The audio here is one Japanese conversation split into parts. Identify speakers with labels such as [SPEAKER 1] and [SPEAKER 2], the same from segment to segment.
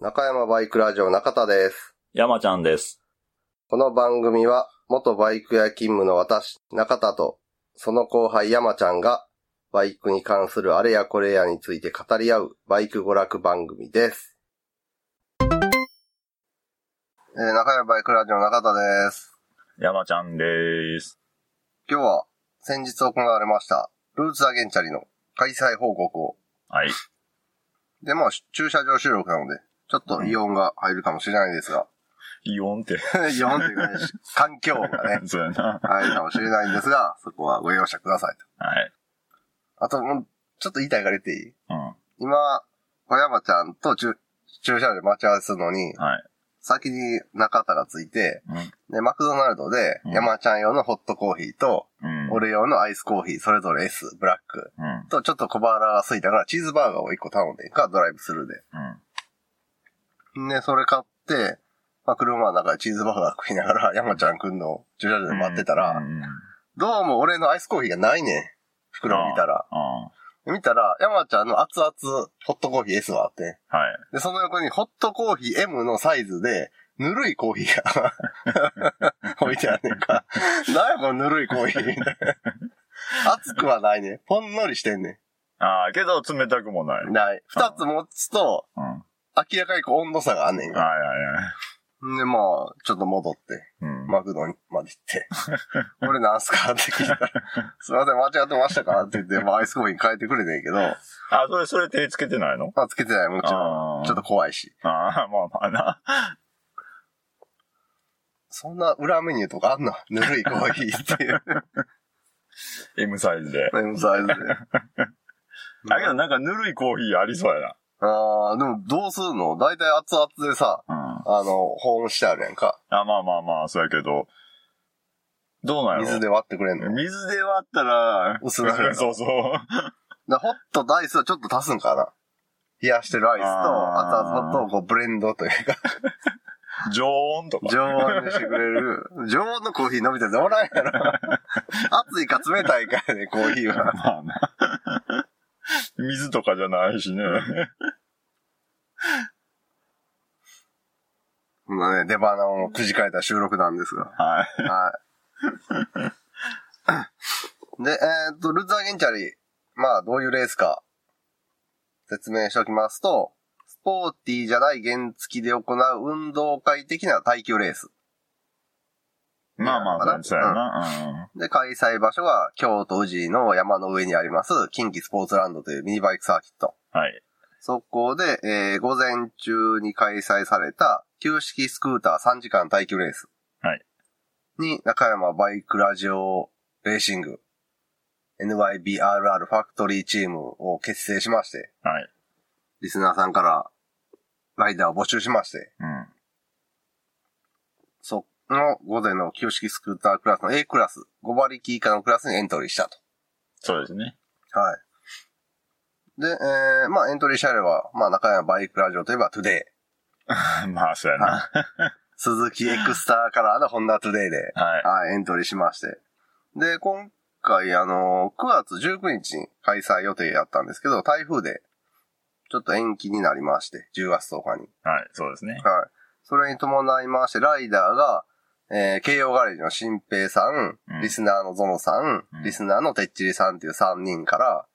[SPEAKER 1] 中山バイクラジオ中田です。
[SPEAKER 2] 山ちゃんです。
[SPEAKER 1] この番組は、元バイク屋勤務の私、中田と、その後輩山ちゃんが、バイクに関するあれやこれやについて語り合う、バイク娯楽番組です。えー中山バイクラジオ中田です。
[SPEAKER 2] 山ちゃんでーす。
[SPEAKER 1] 今日は、先日行われました、ルーツアゲンチャリの開催報告を、
[SPEAKER 2] はい。
[SPEAKER 1] で、まあ、駐車場収録なので、ちょっと異音が入るかもしれないですが、
[SPEAKER 2] イオンって。
[SPEAKER 1] 異音というかね、環境音がね、
[SPEAKER 2] そう やな。
[SPEAKER 1] 入るかもしれないんですが、そこはご容赦くださいと。
[SPEAKER 2] はい。
[SPEAKER 1] あと、もうちょっと言いたいから言っていい
[SPEAKER 2] うん。
[SPEAKER 1] 今、小山ちゃんと駐駐車場で待ち合わせするのに、
[SPEAKER 2] はい。
[SPEAKER 1] 先に中田がついて、
[SPEAKER 2] うん
[SPEAKER 1] で、マクドナルドで
[SPEAKER 2] うん
[SPEAKER 1] 山ちゃん用のホットコーヒーと、
[SPEAKER 2] うん。。
[SPEAKER 1] 俺用のアイスコーヒー、それぞれ S、ブラック。
[SPEAKER 2] うん。うん。
[SPEAKER 1] と、ちょっと小腹が空いたから、チーズバーガーを1個頼んでんか、ドライブスルーで。で、それ買って、まあ、車の中でチーズバーガー食いながら、山ちゃんくんの駐車場で待ってたら、
[SPEAKER 2] うん。うん。
[SPEAKER 1] どうも俺のアイスコーヒーがないねん。袋見たら。
[SPEAKER 2] は
[SPEAKER 1] 見たら、山ちゃんの熱々ホットコーヒー S があって。
[SPEAKER 2] い。
[SPEAKER 1] で、その横にホットコーヒー M のサイズで、ぬるいコーヒーが 置いてあんねんか。なんやこのぬるいコーヒー。熱くはないね。ほんのりしてんね
[SPEAKER 2] ああ、けど冷たくもない。うん
[SPEAKER 1] ん。。ない。二つ持つと、
[SPEAKER 2] はい
[SPEAKER 1] 明らかにこう温度差があんねん
[SPEAKER 2] は
[SPEAKER 1] か。
[SPEAKER 2] いはい。
[SPEAKER 1] んで、まあ、ちょっと戻って、
[SPEAKER 2] うん。
[SPEAKER 1] マクドにまで行って、俺なんすかって聞いたら、すいません、間違ってましたかって言って、まあ、アイスコーヒー変えてくれねんけど、
[SPEAKER 2] あ、それ、それ手つけてないの
[SPEAKER 1] まあ、つけてない、もちろん。
[SPEAKER 2] ああ。
[SPEAKER 1] ちょっと。怖いし。
[SPEAKER 2] ああ、まあまあな。
[SPEAKER 1] そんな裏メニューとかあんのぬるいコーヒーって いう。
[SPEAKER 2] M サイズで。
[SPEAKER 1] M サイズで。
[SPEAKER 2] だけどなんかぬるいコーヒーありそうや
[SPEAKER 1] あーでもどうするの大体熱々でさ、
[SPEAKER 2] な。うん。
[SPEAKER 1] あの、保温してあるやんか。
[SPEAKER 2] あ、まあまあまあ、そうやけど。どうなんやろ
[SPEAKER 1] 水で割ってくれんの。だか
[SPEAKER 2] 水で割ったら、
[SPEAKER 1] 薄なるの
[SPEAKER 2] そうそう。
[SPEAKER 1] らホットとアイスをちょっと足すんかな。冷やしてるアイスと、熱
[SPEAKER 2] あー
[SPEAKER 1] 々とこうブレンドというか、
[SPEAKER 2] 常温とか。
[SPEAKER 1] 常温にしてくれる。 常温のコーヒー飲みたいておらんやろ。 熱いか冷たいかやね、コーヒーは。
[SPEAKER 2] まあな。水とかじゃな いしね。
[SPEAKER 1] まあね、出花をくじかれた収録なんですが。
[SPEAKER 2] はい。
[SPEAKER 1] はい。で、えーっと、ルーツアゲンチャリ、まあ、どういうレースか、説明しておきますと、スポーティーじゃない原付で行う運動会的な耐久レース。
[SPEAKER 2] まあまあ、そうやな。
[SPEAKER 1] で、開催場所が京都宇治の山の上にあります、近畿スポーツランドというミニバイクサーキット。
[SPEAKER 2] うん。はい。
[SPEAKER 1] そこで、えー午前中に開催された、旧式スクーター3時間耐久レース。
[SPEAKER 2] はい
[SPEAKER 1] に、中山バイクラジオレーシング、NYBRR ファクトリーチームを結成しまして、
[SPEAKER 2] はい。
[SPEAKER 1] リスナーさんから、ライダーを募集しまして、
[SPEAKER 2] うん。
[SPEAKER 1] その午前の旧式スクータークラスの A クラス、5馬力以下のクラスにエントリーしたと。
[SPEAKER 2] そうですね。
[SPEAKER 1] はい。で、えー、まあエントリー車両は、まあ中山バイクラジオといえばトゥデイ。
[SPEAKER 2] まあ、そうやな。
[SPEAKER 1] 鈴木エクスターカラーのホンダトゥデイで、
[SPEAKER 2] はい。
[SPEAKER 1] はい、エントリーしまして。で、今回、あの、9月19日に開催予定やったんですけど、台風で、ちょっと延期になりまして、10月10日に。
[SPEAKER 2] はい、そうですね。
[SPEAKER 1] はい。それに伴いまして、ライダーが、えー、慶応ガレージの新平さん
[SPEAKER 2] う、ん
[SPEAKER 1] リスナーのゾノさん、
[SPEAKER 2] うん
[SPEAKER 1] リスナーのてっちりさんっていう3人から、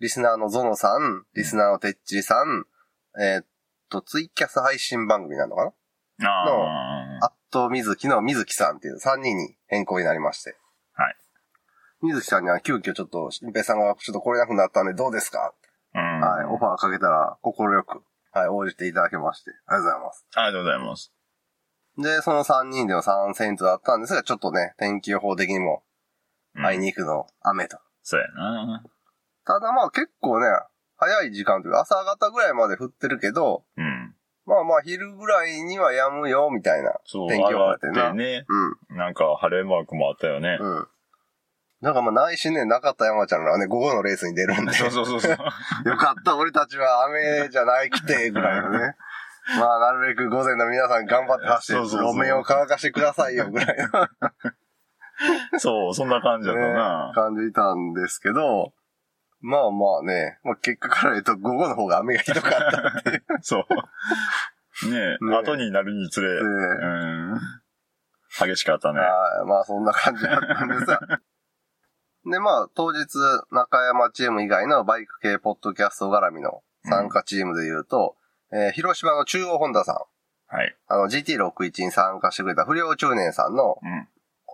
[SPEAKER 1] リスナーのゾノさん、リスナーのてっちりさん、えーっと、ツイキャス配信番組なのかな
[SPEAKER 2] ああ。
[SPEAKER 1] あと、水木の水木さんっていう3人に変更になりまして。
[SPEAKER 2] はい。
[SPEAKER 1] 水木さんには急遽ちょっと、新平さんがちょっと来れなくなったんでどうですか、
[SPEAKER 2] うん。
[SPEAKER 1] はい。オファーかけたら、心よく、はい、応じていただきまして、ありがとうございます。
[SPEAKER 2] ありがとうございます。
[SPEAKER 1] で、その3人での参戦とだったんですが、ちょっとね、天気予報的にも、あい
[SPEAKER 2] に。
[SPEAKER 1] にくの雨と。
[SPEAKER 2] そうやな。
[SPEAKER 1] ただまあ結構ね、早い時間というか、朝方ぐらいまで降ってるけど、
[SPEAKER 2] うん。
[SPEAKER 1] まあまあ昼ぐらいには止むよ、みたいな。
[SPEAKER 2] そう、
[SPEAKER 1] 天気予報
[SPEAKER 2] 上
[SPEAKER 1] って
[SPEAKER 2] がっ
[SPEAKER 1] な
[SPEAKER 2] てね。
[SPEAKER 1] うん。
[SPEAKER 2] なんか晴れマークもあったよね。
[SPEAKER 1] うん。なんかまあ内心ね、なかった山ちゃんらはね、午後のレースに出 るんで、
[SPEAKER 2] そうそうそ うそう。
[SPEAKER 1] よかった、俺たちは雨じゃないくて、ぐらいのね。まあ、なるべく午前の皆さん頑張って走っ
[SPEAKER 2] そう
[SPEAKER 1] て、
[SPEAKER 2] そうそう
[SPEAKER 1] 路面を乾かしてくださいよ、ぐらいの
[SPEAKER 2] そう、そんな感じだったな
[SPEAKER 1] ね。感じたんですけど、まあまあね、まあ、結果から言うと午後の方が雨がひどかった。
[SPEAKER 2] そう。ねえ、
[SPEAKER 1] ねえ
[SPEAKER 2] 後になるにつ れ、
[SPEAKER 1] え
[SPEAKER 2] うん。激しかったね。
[SPEAKER 1] はい。まあ、そんな感じだったんですが。で、まあ、当日、中山チーム以外のバイク系ポッドキャスト絡みの参加チームで言うと、えー広島の中央本田さん、
[SPEAKER 2] はい。
[SPEAKER 1] あの GT61 に参加してくれた不良中年さんの
[SPEAKER 2] うん。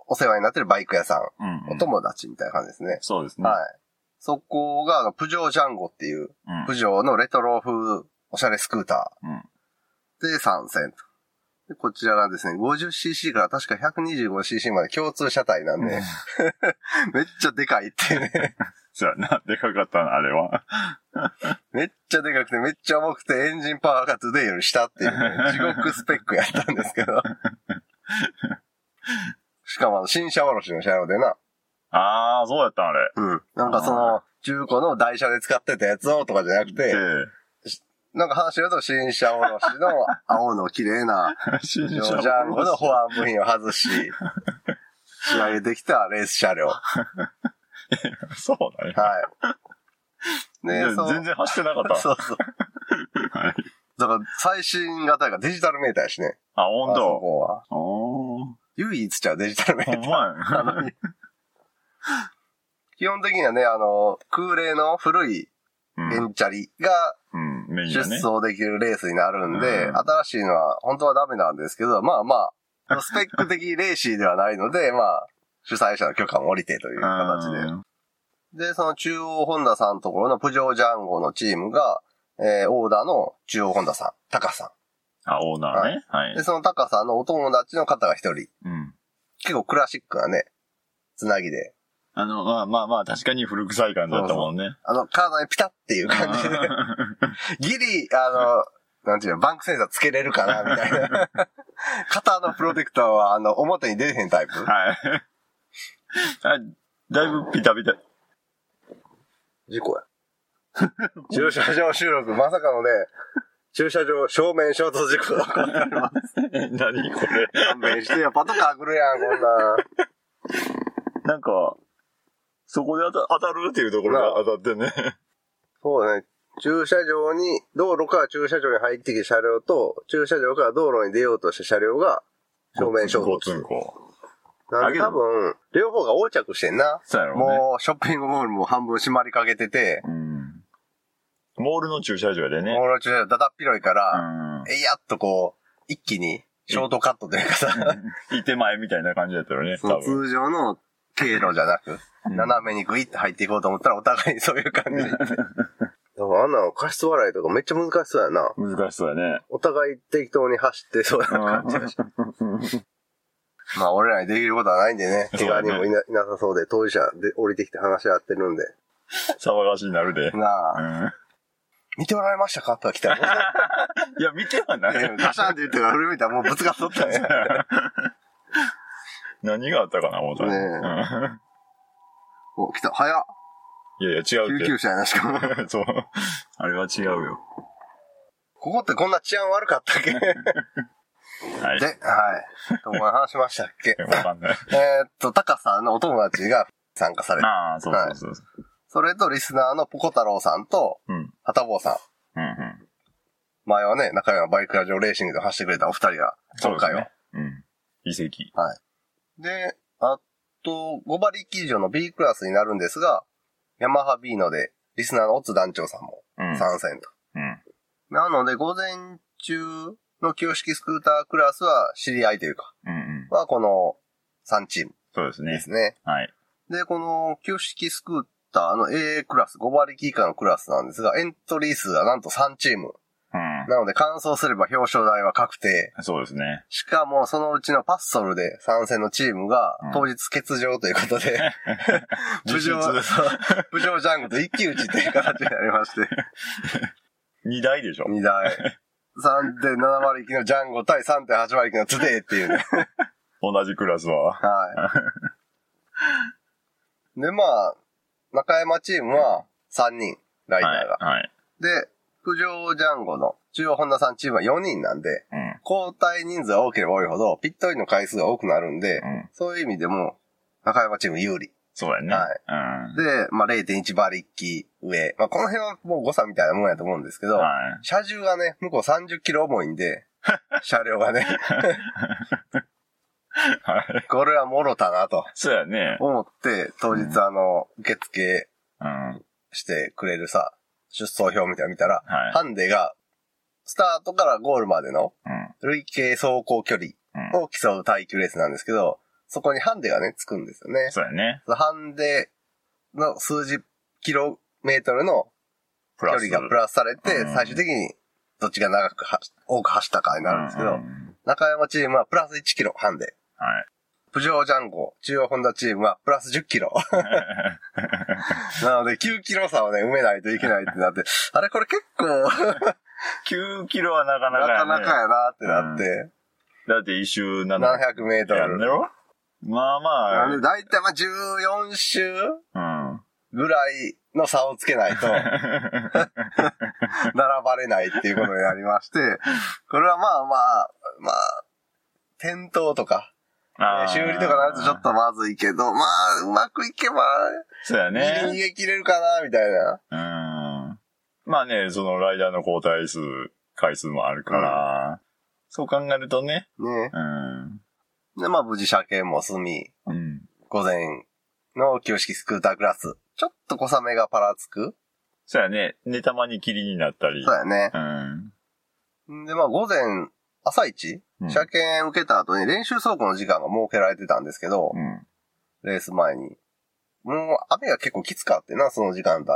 [SPEAKER 1] お世話になってるバイク屋さん、
[SPEAKER 2] うん、う
[SPEAKER 1] お
[SPEAKER 2] ん。
[SPEAKER 1] 友達みたいな感じですね。
[SPEAKER 2] そうですね。
[SPEAKER 1] はい。そこが、あの、プジョージャンゴっていう、
[SPEAKER 2] うん
[SPEAKER 1] プジョーのレトロ風おしゃれスクータ
[SPEAKER 2] うん
[SPEAKER 1] ーで参戦と。でこちらがですね、50cc から確か 125cc まで共通車体なんで、 めっちゃでかいっていうね。
[SPEAKER 2] そうやな。 でかかったな、あれは。
[SPEAKER 1] めっちゃでかくて、めっちゃ重くて、エンジンパワーがトゥデイより下っていう、ね、 地獄スペックやったんですけど。しかもあの、新車卸の車両でな。
[SPEAKER 2] あー、そうやったん、あれ。
[SPEAKER 1] うん。なんかその、中古の台車で使ってたやつをとかじゃなくて、
[SPEAKER 2] で、
[SPEAKER 1] なんか話をすると、新車おろしの青の綺麗な、
[SPEAKER 2] 新
[SPEAKER 1] ジ
[SPEAKER 2] 車
[SPEAKER 1] ョジャンゴの保安部品を外し、仕上げてきたレース車両。は
[SPEAKER 2] そうだね。
[SPEAKER 1] い。ねそう。
[SPEAKER 2] 全然走ってなかった。
[SPEAKER 1] そうそう。
[SPEAKER 2] はい
[SPEAKER 1] だから、最新型がデジタルメーターやしね。
[SPEAKER 2] あ、
[SPEAKER 1] あ
[SPEAKER 2] 本
[SPEAKER 1] そ
[SPEAKER 2] 当。
[SPEAKER 1] こは。
[SPEAKER 2] おー。
[SPEAKER 1] 唯一ちゃうデジタルメータ
[SPEAKER 2] ほ
[SPEAKER 1] ー
[SPEAKER 2] んま
[SPEAKER 1] なのに。 基本的にはね、あの、空冷の古い
[SPEAKER 2] や。
[SPEAKER 1] エンチャリが
[SPEAKER 2] うん、うん、メイン
[SPEAKER 1] 出
[SPEAKER 2] だね。
[SPEAKER 1] 走できるレースになるんで、
[SPEAKER 2] うん
[SPEAKER 1] 新しいのは本当はダメなんですけど、まあまあ、スペック的レーシーではないの で、まあ、主催者の許可も下りてという形で。
[SPEAKER 2] う
[SPEAKER 1] で、その中央本田さんのところのプジョージャンゴのチームが、えーオーダーの中央本田さん、タカさ
[SPEAKER 2] んあ、オーナーね。はい
[SPEAKER 1] ん。で、。そのタカさんのお友達の方が一人、
[SPEAKER 2] うん。
[SPEAKER 1] 結構クラシックなね、つなぎで、
[SPEAKER 2] あの、まあまあまあ、確かに古臭い感じだったもんね。
[SPEAKER 1] あの、体にピタっていう感じで、ギリ、あの、なんていうの、バンクセンサーつけれるかな、みたい な。肩のプロテクターは、あの、表に出えへんタイプ。
[SPEAKER 2] はい。 あだいぶピタピタ。
[SPEAKER 1] 事故や。 駐車場収録、まさかのね、駐車場正面衝突事故が起こっており ます
[SPEAKER 2] 何これ。
[SPEAKER 1] 勘弁してよ、パトカー来るやん、こんな。
[SPEAKER 2] なんか、そこで当た当たるっていうところが当たってね。
[SPEAKER 1] そうね。駐車場に、道路から駐車場に入ってきた車両と、駐車場から道路に出ようとした車両が、正面衝
[SPEAKER 2] ゴツン
[SPEAKER 1] 突。
[SPEAKER 2] コ。
[SPEAKER 1] なんで多分、両方が横着してんな。
[SPEAKER 2] そうやろうね。
[SPEAKER 1] もう、ショッピングモールも半分閉まりかけてて、
[SPEAKER 2] うんモールの駐車場でね。
[SPEAKER 1] モール中だだっ広いか
[SPEAKER 2] う
[SPEAKER 1] ら、
[SPEAKER 2] ん。
[SPEAKER 1] えいやっとこう、一気に、ショートカットというかさ、
[SPEAKER 2] いて前みたいな感じだったよね、
[SPEAKER 1] その
[SPEAKER 2] 多分。
[SPEAKER 1] 通常の経路じゃなく、
[SPEAKER 2] うん
[SPEAKER 1] 斜めにグイッと入っていこうと思ったら、お互いにそういう感じで。 でもあんなの過失笑いとかめっちゃ難しそうやな。
[SPEAKER 2] 難しそうだね。
[SPEAKER 1] お互い適当に走ってそうな感じがしまあ、俺らにできることはないんでね。
[SPEAKER 2] そ
[SPEAKER 1] 怪
[SPEAKER 2] うだ
[SPEAKER 1] 我
[SPEAKER 2] ね
[SPEAKER 1] にもいないなさそうで、当事者で降りてきて話し合ってるんで。
[SPEAKER 2] 騒がしになるで。
[SPEAKER 1] なあ、
[SPEAKER 2] うん
[SPEAKER 1] 見てもらいましたかとは来たら。
[SPEAKER 2] いや、見てはない。
[SPEAKER 1] ガシャンって言ってから振り向いたらもうぶつかっとったね。
[SPEAKER 2] 何があったかな、思った
[SPEAKER 1] ねえ
[SPEAKER 2] ら。
[SPEAKER 1] お、来た。早っ。
[SPEAKER 2] うんいやいや、違う
[SPEAKER 1] 救
[SPEAKER 2] って。
[SPEAKER 1] 急車やな、しかも。
[SPEAKER 2] そう。あれは違うよ。
[SPEAKER 1] ここってこんな治安悪かったっけで、
[SPEAKER 2] はい。
[SPEAKER 1] はい。どこまで話しましたっけ
[SPEAKER 2] わかんない。
[SPEAKER 1] えーっと、タカさんのお友達が 参加されて、
[SPEAKER 2] ああ、そうそうそうそう。
[SPEAKER 1] それとリスナーのポコ太郎さんと、
[SPEAKER 2] うん。うん
[SPEAKER 1] ハタボーさん。
[SPEAKER 2] うん。
[SPEAKER 1] 前はね、中山バイクラジオレーシングで走ってくれたお二人が、
[SPEAKER 2] そう
[SPEAKER 1] 今
[SPEAKER 2] です
[SPEAKER 1] 回は
[SPEAKER 2] ね。。うん。遺跡。
[SPEAKER 1] で、あと、5馬力以上の B クラスになるんですが、ヤマハ B ので、リスナーのオツ団長さんも
[SPEAKER 2] うん。
[SPEAKER 1] 参戦と。
[SPEAKER 2] うん。
[SPEAKER 1] なので、午前中の旧式スクータークラスは知り合いというか、
[SPEAKER 2] うんうん。
[SPEAKER 1] はこの3チーム
[SPEAKER 2] そうです
[SPEAKER 1] で
[SPEAKER 2] ね
[SPEAKER 1] す。ね。
[SPEAKER 2] はい。
[SPEAKER 1] で、この旧式スクーターの A クラス、5馬力以下のクラスなんですが、エントリー数はなんと3チーム。
[SPEAKER 2] う
[SPEAKER 1] なので、完走すれば表彰台は確定。
[SPEAKER 2] ん。そうですね。
[SPEAKER 1] しかも、そのうちのパッソルで参戦のチームが
[SPEAKER 2] うん、
[SPEAKER 1] 当日欠場ということ で、
[SPEAKER 2] 実
[SPEAKER 1] プジョー
[SPEAKER 2] 質、
[SPEAKER 1] プジョージャンゴと一騎打ちという形になりまして、
[SPEAKER 2] 二台でしょ。
[SPEAKER 1] 2台。3.7馬力のジャンゴ対3.8馬力のトゥデイっていうね。
[SPEAKER 2] 同じクラスは。
[SPEAKER 1] はい。で、まあ、中山チームは3人、ライダーが。
[SPEAKER 2] はい。はい。
[SPEAKER 1] で、プジョージャンゴの中央本田さんチームは4人なんで、
[SPEAKER 2] うん。
[SPEAKER 1] 交代人数が多ければ多いほど、ピットインの回数が多くなるんで、
[SPEAKER 2] うん。
[SPEAKER 1] そういう意味でも、中山チーム有利。
[SPEAKER 2] そうやね。
[SPEAKER 1] はい
[SPEAKER 2] うん。
[SPEAKER 1] で、まあ0.1馬力上。まあこの辺はもう誤差みたいなもんやと思うんですけど、
[SPEAKER 2] は
[SPEAKER 1] 車重がね、向こう30キロ重いんで、車両がね。
[SPEAKER 2] はい。
[SPEAKER 1] これはもろたなと
[SPEAKER 2] そうやね。
[SPEAKER 1] 思って、当日あの、受付
[SPEAKER 2] うん。は
[SPEAKER 1] してくれるさ、出走表みたいなの見たら、
[SPEAKER 2] い。
[SPEAKER 1] ハンデが、スタートからゴールまでの
[SPEAKER 2] うん。
[SPEAKER 1] 累計走行距離
[SPEAKER 2] うん。
[SPEAKER 1] を競う耐久レースなんですけど、そこにハンデがね、つくんですよね。
[SPEAKER 2] そうやね。
[SPEAKER 1] ハンデの数十キロメートルの
[SPEAKER 2] プ
[SPEAKER 1] 距離がプラスされて
[SPEAKER 2] う、ん
[SPEAKER 1] 最終的にどっちが長くは多く走ったかになるんですけ
[SPEAKER 2] う
[SPEAKER 1] ど
[SPEAKER 2] う、ん
[SPEAKER 1] 中山チームはプラス1キロハンデ。
[SPEAKER 2] はい。
[SPEAKER 1] プジョージャンゴ、中央ホンダチームはプラス10キロ。 なので9キロ差をね、埋めないといけないってなって、あれこれ結構、
[SPEAKER 2] 9キロはなかな
[SPEAKER 1] な
[SPEAKER 2] かや
[SPEAKER 1] か
[SPEAKER 2] ね。
[SPEAKER 1] なかやなってなって、
[SPEAKER 2] だって一周7
[SPEAKER 1] 700メート
[SPEAKER 2] やん
[SPEAKER 1] ル。
[SPEAKER 2] ねろま
[SPEAKER 1] な
[SPEAKER 2] あ
[SPEAKER 1] んで
[SPEAKER 2] ま
[SPEAKER 1] 大体まあ14周
[SPEAKER 2] あ。
[SPEAKER 1] ぐらいの差をつけ ないと、
[SPEAKER 2] うん。
[SPEAKER 1] 並ばれないっていうことになりまして、これはまあまあ、まあ、転倒とか、
[SPEAKER 2] あ
[SPEAKER 1] ね
[SPEAKER 2] ー
[SPEAKER 1] 修理とかなるとち ょっ。とまずいけど、まあ、うまくいけば、
[SPEAKER 2] そうや
[SPEAKER 1] 逃
[SPEAKER 2] ね。
[SPEAKER 1] げ切れるかな、みたいな。
[SPEAKER 2] うん。まあね、そのライダーの交代数、回数もあるから、そう考えるとね、
[SPEAKER 1] ね。
[SPEAKER 2] うん。
[SPEAKER 1] で、まあ、無事車検も済み、
[SPEAKER 2] うん。
[SPEAKER 1] 午前の旧式スクータークラス。ちょっと小雨がパラつく
[SPEAKER 2] そうやね。ね、たまに霧になったり。
[SPEAKER 1] そうやね。
[SPEAKER 2] うん。
[SPEAKER 1] で、まあ、午前、朝一
[SPEAKER 2] うん
[SPEAKER 1] 車検受けた後に練習走行の時間が設けられてたんですけど、
[SPEAKER 2] うん。
[SPEAKER 1] レース前に。もう雨が結構きつかってな、その時間帯。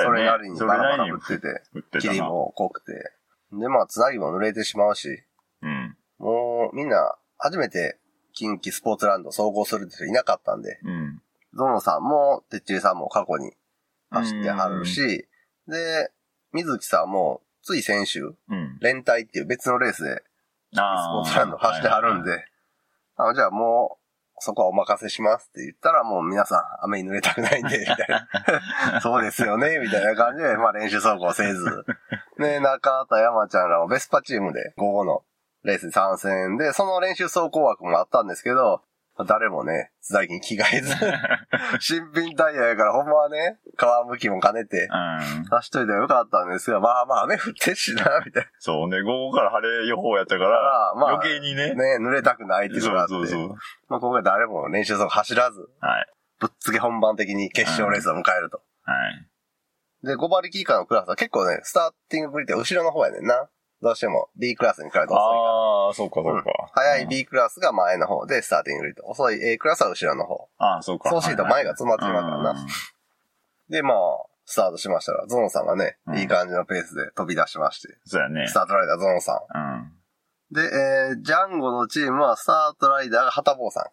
[SPEAKER 1] そう
[SPEAKER 2] やね。
[SPEAKER 1] れなりに
[SPEAKER 2] そ
[SPEAKER 1] バ
[SPEAKER 2] れ
[SPEAKER 1] ラバ
[SPEAKER 2] な
[SPEAKER 1] ラ
[SPEAKER 2] り
[SPEAKER 1] 降
[SPEAKER 2] に
[SPEAKER 1] ってて、
[SPEAKER 2] 降ってた
[SPEAKER 1] 霧
[SPEAKER 2] な。
[SPEAKER 1] も濃くて。で、まあ、つなぎも濡れてしまうし、
[SPEAKER 2] うん。
[SPEAKER 1] もうみんな初めて近畿スポーツランド総合するって人いなかったんで、
[SPEAKER 2] うん。
[SPEAKER 1] ゾノさんも、てっちりさんも過去に走ってはるし、で、水木さんも、つい先週、
[SPEAKER 2] うん。
[SPEAKER 1] 連帯っていう別のレースで、スポ
[SPEAKER 2] あ
[SPEAKER 1] ー
[SPEAKER 2] ー
[SPEAKER 1] ツランド走ってはるんで、あの、じゃあもう、そこはお任せしますって言ったら、もう皆さん、雨に濡れたくないんで、みたい な。そうですよね、みたいな感じで、まあ練習走行 せず。で、中田山ちゃんらもベスパチームで、午後のレースに参戦で、その練習走行枠もあったんですけど、誰もね、津崎に着替 えず、新品タイヤやから、ほんまはね、皮むきも兼ねて、
[SPEAKER 2] うん。
[SPEAKER 1] 走っといてよかったんですが、まあまあ雨降ってるしな、みたい
[SPEAKER 2] そうね、午後から晴れ予報やったか
[SPEAKER 1] な。
[SPEAKER 2] ら、
[SPEAKER 1] まあ、
[SPEAKER 2] 余計に ね。
[SPEAKER 1] ね、濡れたくないってい
[SPEAKER 2] そう
[SPEAKER 1] のがあ
[SPEAKER 2] う
[SPEAKER 1] って。
[SPEAKER 2] そうそう。
[SPEAKER 1] まあ、今回誰も練習走行走らず、
[SPEAKER 2] はい。
[SPEAKER 1] ぶっつけ本番的に決勝レースを迎えると。
[SPEAKER 2] はい。
[SPEAKER 1] で、5馬力以下のクラスは結構ね、スターティンググリッドは後ろの方やねんな。どうしても B クラスに比べて遅いから。
[SPEAKER 2] ああ、そうかそうか。
[SPEAKER 1] 早い
[SPEAKER 2] うん
[SPEAKER 1] B クラスが前の方でスターティンググリッド。遅い A クラスは後ろの方。
[SPEAKER 2] ああ、そうか。
[SPEAKER 1] そうしないと前が詰まってしまうからな。
[SPEAKER 2] な。
[SPEAKER 1] で、まあ、スタートしましたら、ゾノさんがね
[SPEAKER 2] う、ん
[SPEAKER 1] いい感じのペースで飛び出しまして、
[SPEAKER 2] そうやね
[SPEAKER 1] ス。タートライダーゾノさん。
[SPEAKER 2] うん。あ
[SPEAKER 1] で、えー、ジャンゴのチームはスタートライダーがハタボーさんか。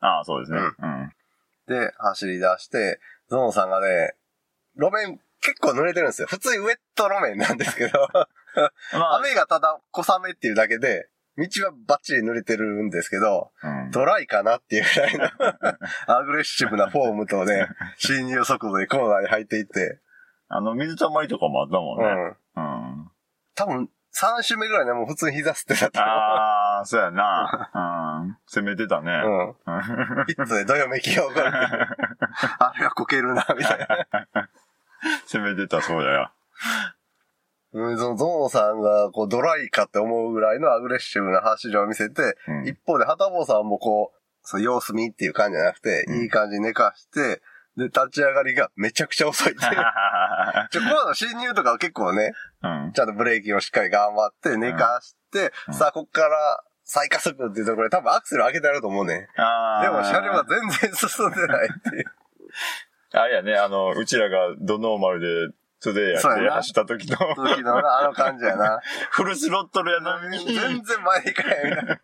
[SPEAKER 2] あ、そうですね。
[SPEAKER 1] う
[SPEAKER 2] うんん。
[SPEAKER 1] で、走り出して、ゾノさんがね、路面結構濡れてるんですよ。普通にウェット路面なんですけど、
[SPEAKER 2] まあ、
[SPEAKER 1] 雨がただ小雨っていうだけで、道はバッチリ濡れてるんですけど、
[SPEAKER 2] うん
[SPEAKER 1] ドライかなっていうぐらいのアグレッシブなフォームとね、侵入速度でコーナーに入っていって、
[SPEAKER 2] あの、水たまりとかもあったも
[SPEAKER 1] う
[SPEAKER 2] んね。
[SPEAKER 1] ん。
[SPEAKER 2] うん。あ
[SPEAKER 1] 多分、3周目ぐらいね、もう普通に膝捨てたと
[SPEAKER 2] あ、そうやな。 うん。攻めてたね。
[SPEAKER 1] 思う。
[SPEAKER 2] うん
[SPEAKER 1] うん。ピットでどよめきが起こるっていう。あれはこけるな、みたいな。
[SPEAKER 2] 攻めてた、そうだよ。
[SPEAKER 1] うん、そのゾノさんが、こう、ドライかって思うぐらいのアグレッシブな走りを見せて、
[SPEAKER 2] うん
[SPEAKER 1] 一方で、ハタボさんもこう、そう様子見っていう感じじゃなくて、
[SPEAKER 2] うん
[SPEAKER 1] いい感じに寝かして、で、立ち上がりがめちゃくちゃ遅い っていう。ちょ、コアの侵入とかは結構ね、
[SPEAKER 2] うん。
[SPEAKER 1] ちゃんとブレーキをしっかり頑張って、寝かして、
[SPEAKER 2] うん
[SPEAKER 1] さあ、こっから再加速っていうところで多分アクセル上げてやると思うね。
[SPEAKER 2] ああ。
[SPEAKER 1] でも、車両が全然進んでないってい う。
[SPEAKER 2] あれやね、あの、うちらがドノーマルで、トゥデイやって
[SPEAKER 1] そうやな
[SPEAKER 2] 走った時の、
[SPEAKER 1] 時のな、あの感じやな。
[SPEAKER 2] フルスロットルやのに。
[SPEAKER 1] 全然前に行かないみたいな。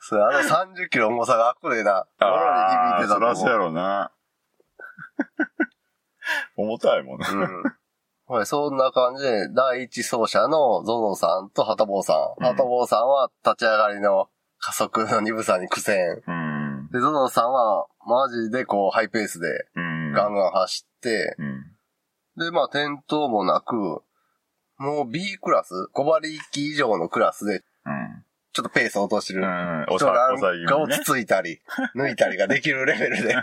[SPEAKER 1] そう、あの30キロ重さがあっこでな、ボロに響いてた
[SPEAKER 2] そ
[SPEAKER 1] と
[SPEAKER 2] らそうや
[SPEAKER 1] 思う。
[SPEAKER 2] ろな。 重たいもんね。
[SPEAKER 1] うん。ほい、そんな感じで、第一走者のゾノさんとハタボーさん。
[SPEAKER 2] うん
[SPEAKER 1] ハタボーさんは立ち上がりの加速の鈍さに苦戦。
[SPEAKER 2] うん。
[SPEAKER 1] で、ゾノさんはマジでこうハイペースで
[SPEAKER 2] うん。
[SPEAKER 1] ガンガン走って、
[SPEAKER 2] うん。
[SPEAKER 1] で、まあ転倒もなく、もう B クラス、5馬力以上のクラスで、
[SPEAKER 2] うん。
[SPEAKER 1] ちょっとペースを落としてる
[SPEAKER 2] うん。
[SPEAKER 1] 人
[SPEAKER 2] おさ、
[SPEAKER 1] なん
[SPEAKER 2] おさぎ
[SPEAKER 1] か
[SPEAKER 2] も
[SPEAKER 1] を
[SPEAKER 2] ね
[SPEAKER 1] つ。ついた り、抜いたりができるレベルで。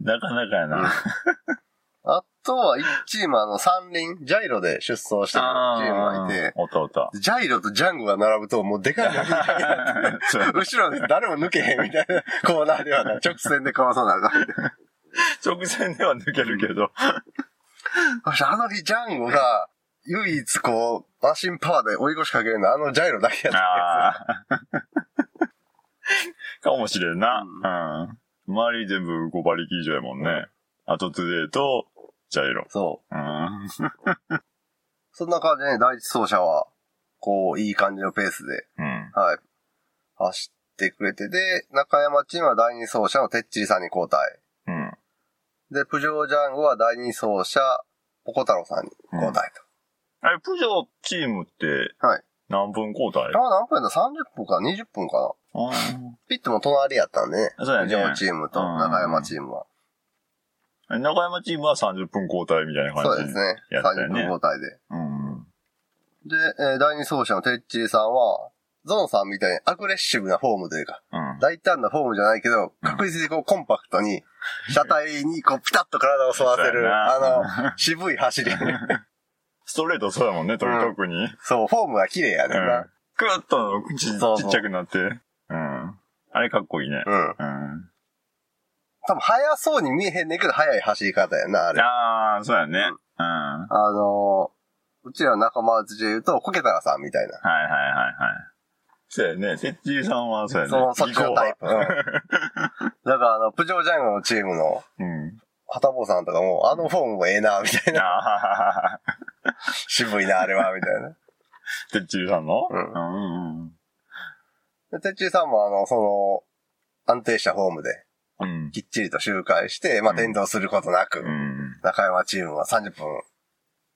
[SPEAKER 2] なかなかやな。
[SPEAKER 1] あとは1チームあの三輪、ジャイロで出走してるチームがいて、
[SPEAKER 2] おったおった。
[SPEAKER 1] ジャイロとジャンゴが並ぶともうでかい のが後ろで誰も抜けへんみたいな コーナーではな、直線でかわさなあかん。
[SPEAKER 2] 直線では抜けるけど。
[SPEAKER 1] そしてあの日ジャンゴが唯一こう、マシンパワーで追い越しかけるのはあのジャイロだけやったや
[SPEAKER 2] ああ。かもしれんな。うん。周り全部5馬力以上やもんね。あとトゥデイと、ジャイロ。
[SPEAKER 1] つ。そう。
[SPEAKER 2] うん。
[SPEAKER 1] そんな感じでね、第一走者は、こう、いい感じのペースで、
[SPEAKER 2] うん。
[SPEAKER 1] はい。走ってくれて、で、中山チームは第二走者のてっちりさんに交代。
[SPEAKER 2] うん。
[SPEAKER 1] で、プジョージャンゴは第二走者、ポコ太郎さんに交代
[SPEAKER 2] あれ、プジョーチームって
[SPEAKER 1] と。はい。
[SPEAKER 2] 何分交代
[SPEAKER 1] あ、何分だ ?30 分か ?20 分かな
[SPEAKER 2] あ
[SPEAKER 1] ピットも隣やったんでね。
[SPEAKER 2] そうやね
[SPEAKER 1] プジョーチームと中山チームは。
[SPEAKER 2] あ。中山チームは30分交代みたいな感じ。
[SPEAKER 1] そうですね。
[SPEAKER 2] やった
[SPEAKER 1] 30
[SPEAKER 2] よね
[SPEAKER 1] 分交代で。
[SPEAKER 2] うん。
[SPEAKER 1] で、えー第二走者のてっちりさんは、ゾンさんみたいにアグレッシブなフォームというか、
[SPEAKER 2] うん。
[SPEAKER 1] 大胆なフォームじゃないけど、確実にこうコンパクトに、車体にこうピタッと体を沿わせ
[SPEAKER 2] そうや
[SPEAKER 1] る、
[SPEAKER 2] な
[SPEAKER 1] あの、渋い走り。
[SPEAKER 2] ストレートそうやもんね、と
[SPEAKER 1] うん
[SPEAKER 2] 特に。
[SPEAKER 1] そう、フォームが綺麗やねんな。
[SPEAKER 2] クワッとちち
[SPEAKER 1] そうそう
[SPEAKER 2] っちゃくなって。うん。あれかっこいいね。
[SPEAKER 1] うん。
[SPEAKER 2] うん。
[SPEAKER 1] 多分速そうに見えへんねんけど、速い走り方やな、あれ。あ
[SPEAKER 2] ああ、そうやね。うん。はい
[SPEAKER 1] のー、うちらの仲間内で言うと、コケタラさんみたいな。
[SPEAKER 2] はいはいはい。そうやね。セッチーさんはそうやね。
[SPEAKER 1] その、そっちのタイプ。うんだから、あの、プジョージャンゴのチームの、
[SPEAKER 2] 技巧はうん。
[SPEAKER 1] ハタボーさんとかも、あのフォームもええな、み たいな。
[SPEAKER 2] ああ、
[SPEAKER 1] 渋いな、あれは、みたいな。
[SPEAKER 2] セッチーさんの。
[SPEAKER 1] うん
[SPEAKER 2] うん。
[SPEAKER 1] で、てっちーさんも、あの、その、安定したフォームで、
[SPEAKER 2] うん。
[SPEAKER 1] きっちりと周回して、まあ、
[SPEAKER 2] うん
[SPEAKER 1] 転倒することなく、
[SPEAKER 2] うん。
[SPEAKER 1] 中山チームは30分、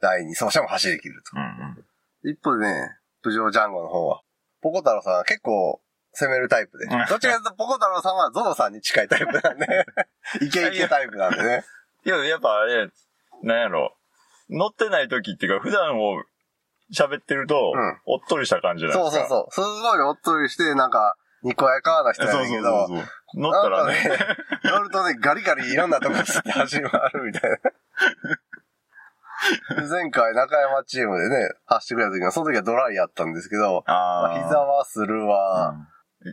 [SPEAKER 1] 第2走者も走り切ると。
[SPEAKER 2] うん。
[SPEAKER 1] 一方でね、プジョージャンゴの方は、ポコ太郎さんは結構、攻めるタイプで。どっちかというと、ポコ太郎さんはゾノさんに近いタイプなん で、イケイケタイプなんでね。
[SPEAKER 2] いや、やっぱあれ、なんやろ。乗ってない時っていうか、普段を喋ってると
[SPEAKER 1] うん、
[SPEAKER 2] おっとりした感じなんです
[SPEAKER 1] そう
[SPEAKER 2] か
[SPEAKER 1] そうそう。すごいおっとりして、なんか、にこやかな人
[SPEAKER 2] そう
[SPEAKER 1] や
[SPEAKER 2] そ
[SPEAKER 1] ね
[SPEAKER 2] うん
[SPEAKER 1] け
[SPEAKER 2] そ
[SPEAKER 1] ど、
[SPEAKER 2] うそう。乗ったらね。
[SPEAKER 1] なんかね。乗るとね、ガリガリいろんなとこ走って走り回るみたいな。で前回中山チームでね、走ってくれた時は、その時はドライやったんですけど、ま
[SPEAKER 2] あ
[SPEAKER 1] あ
[SPEAKER 2] ー
[SPEAKER 1] 膝はするわ、
[SPEAKER 2] う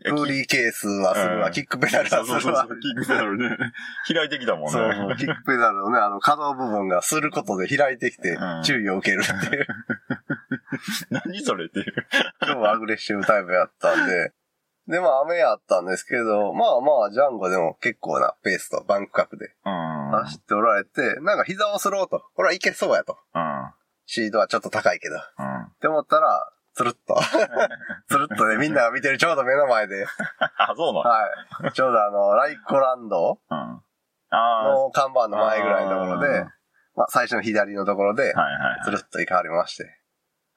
[SPEAKER 1] ブ
[SPEAKER 2] ん
[SPEAKER 1] ーリーケースはする
[SPEAKER 2] う
[SPEAKER 1] わ、
[SPEAKER 2] ん
[SPEAKER 1] キックペダル
[SPEAKER 2] そ
[SPEAKER 1] は
[SPEAKER 2] う
[SPEAKER 1] す
[SPEAKER 2] そうそ
[SPEAKER 1] る
[SPEAKER 2] う
[SPEAKER 1] わ。
[SPEAKER 2] キックペダルね。開いてきたもんね。
[SPEAKER 1] そう、キックペダルのね、あの、可動部分がすることで開いてきて
[SPEAKER 2] うん、
[SPEAKER 1] 注意を受けるっていう、
[SPEAKER 2] 何それっていう。
[SPEAKER 1] 今日はアグレッシブタイプやったんで。で、まあ、雨やったんですけど、まあまあ、ジャンゴでも結構なペースとバンク角で
[SPEAKER 2] うん。うん。
[SPEAKER 1] 走っておられて、なんか膝をすろうと。これはいけそうやと。シードはちょっと高いけど。っ
[SPEAKER 2] うん。
[SPEAKER 1] て思ったら、つるっ と。つるっとね、みんなが見てるちょうど目の前で。
[SPEAKER 2] あ、そうなの
[SPEAKER 1] はい。ちょうどあの、ライコランド
[SPEAKER 2] うん。あ
[SPEAKER 1] の看板の前ぐらいのところ
[SPEAKER 2] あ
[SPEAKER 1] で
[SPEAKER 2] ー、
[SPEAKER 1] まあ、最初の左のところで
[SPEAKER 2] あ。、はいはい。
[SPEAKER 1] つるっと行かれまして。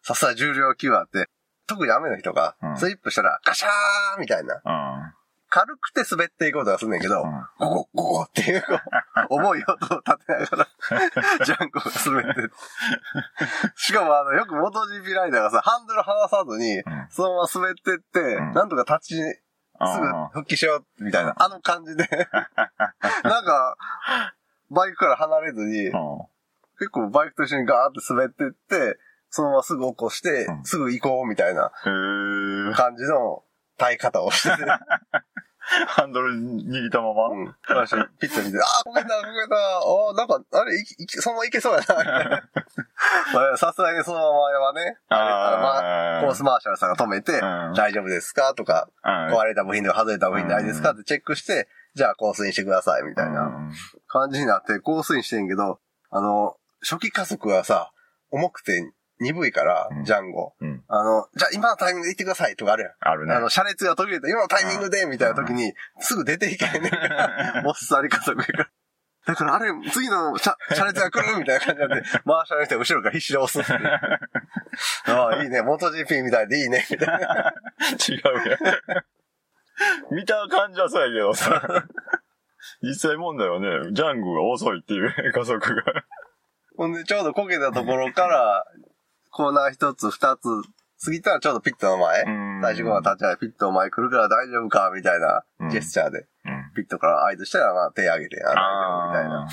[SPEAKER 1] さすが重量級あって、特に雨の日とか
[SPEAKER 2] うん、
[SPEAKER 1] スリップしたら、ガシャーンみたいな。
[SPEAKER 2] う
[SPEAKER 1] 軽くて滑っていこうとはすんねんけど、
[SPEAKER 2] ん。うん
[SPEAKER 1] ゴゴゴゴっていう、こう重い音を立てなが ら、ジャンゴが滑ってる。しかも、あの、よくモト GP ライダーがさ、ハンドル離さずに、
[SPEAKER 2] ん
[SPEAKER 1] そのまま滑ってって、
[SPEAKER 2] うん
[SPEAKER 1] なんとか立ち、すぐ復帰しよう、みたいな、あの感 じで。なんか、バイクから離れずに、
[SPEAKER 2] うん
[SPEAKER 1] 結構バイクと一緒にガーって滑ってって、そのまますぐ起こして
[SPEAKER 2] う、ん
[SPEAKER 1] すぐ行こう、みたいな
[SPEAKER 2] へー
[SPEAKER 1] 感じの耐え方を してて。
[SPEAKER 2] ハンドル握ったまま。
[SPEAKER 1] うん。私、ピッと見て、あー、こけた、こけた、あー、なんか、あれ、いいそのままいけそう やな。まあさすがにそのままはね、あれ、あのまあ、コースマーシャルさんが止めて、
[SPEAKER 2] うん
[SPEAKER 1] 大丈夫ですかとか、
[SPEAKER 2] うん
[SPEAKER 1] 壊れた部品とか外れた部品ないですかってチェックして、じゃあコースにしてください、みたいな
[SPEAKER 2] うん
[SPEAKER 1] 感じになって、コースにしてんけど、あの、初期加速はさ、重くて鈍いから
[SPEAKER 2] うん、
[SPEAKER 1] ジャンゴ。
[SPEAKER 2] うん
[SPEAKER 1] あの、じゃあ今のタイミングで行ってくださいとかあるやん。
[SPEAKER 2] あるね
[SPEAKER 1] あ。の、車列が途切れた今のタイミングで、みたいな時に、すぐ出ていけへんねんから、もっさり加速やから。だから、あれ、次の車車列が来るみたいな感じ になって、マーシャルの人が後ろから必死で押すっていう。ああ、いいね、モト GP みたいでいいね、みたいな。
[SPEAKER 2] 違うやん。見た感じはそうやけどさ。実際問題はね、ジャングが遅いっていう加速が。
[SPEAKER 1] ほんで、ちょうどこけたところから、コーナー一つ、二つ、過ぎたらちょうどピットの前。最初は
[SPEAKER 2] た。
[SPEAKER 1] 立ち会い、ピットの前来るから大丈夫か、みたいなジェスチャーで、
[SPEAKER 2] うん
[SPEAKER 1] ピットから合図したら、まあ、手上げて、あ、大丈夫みたいな。
[SPEAKER 2] あー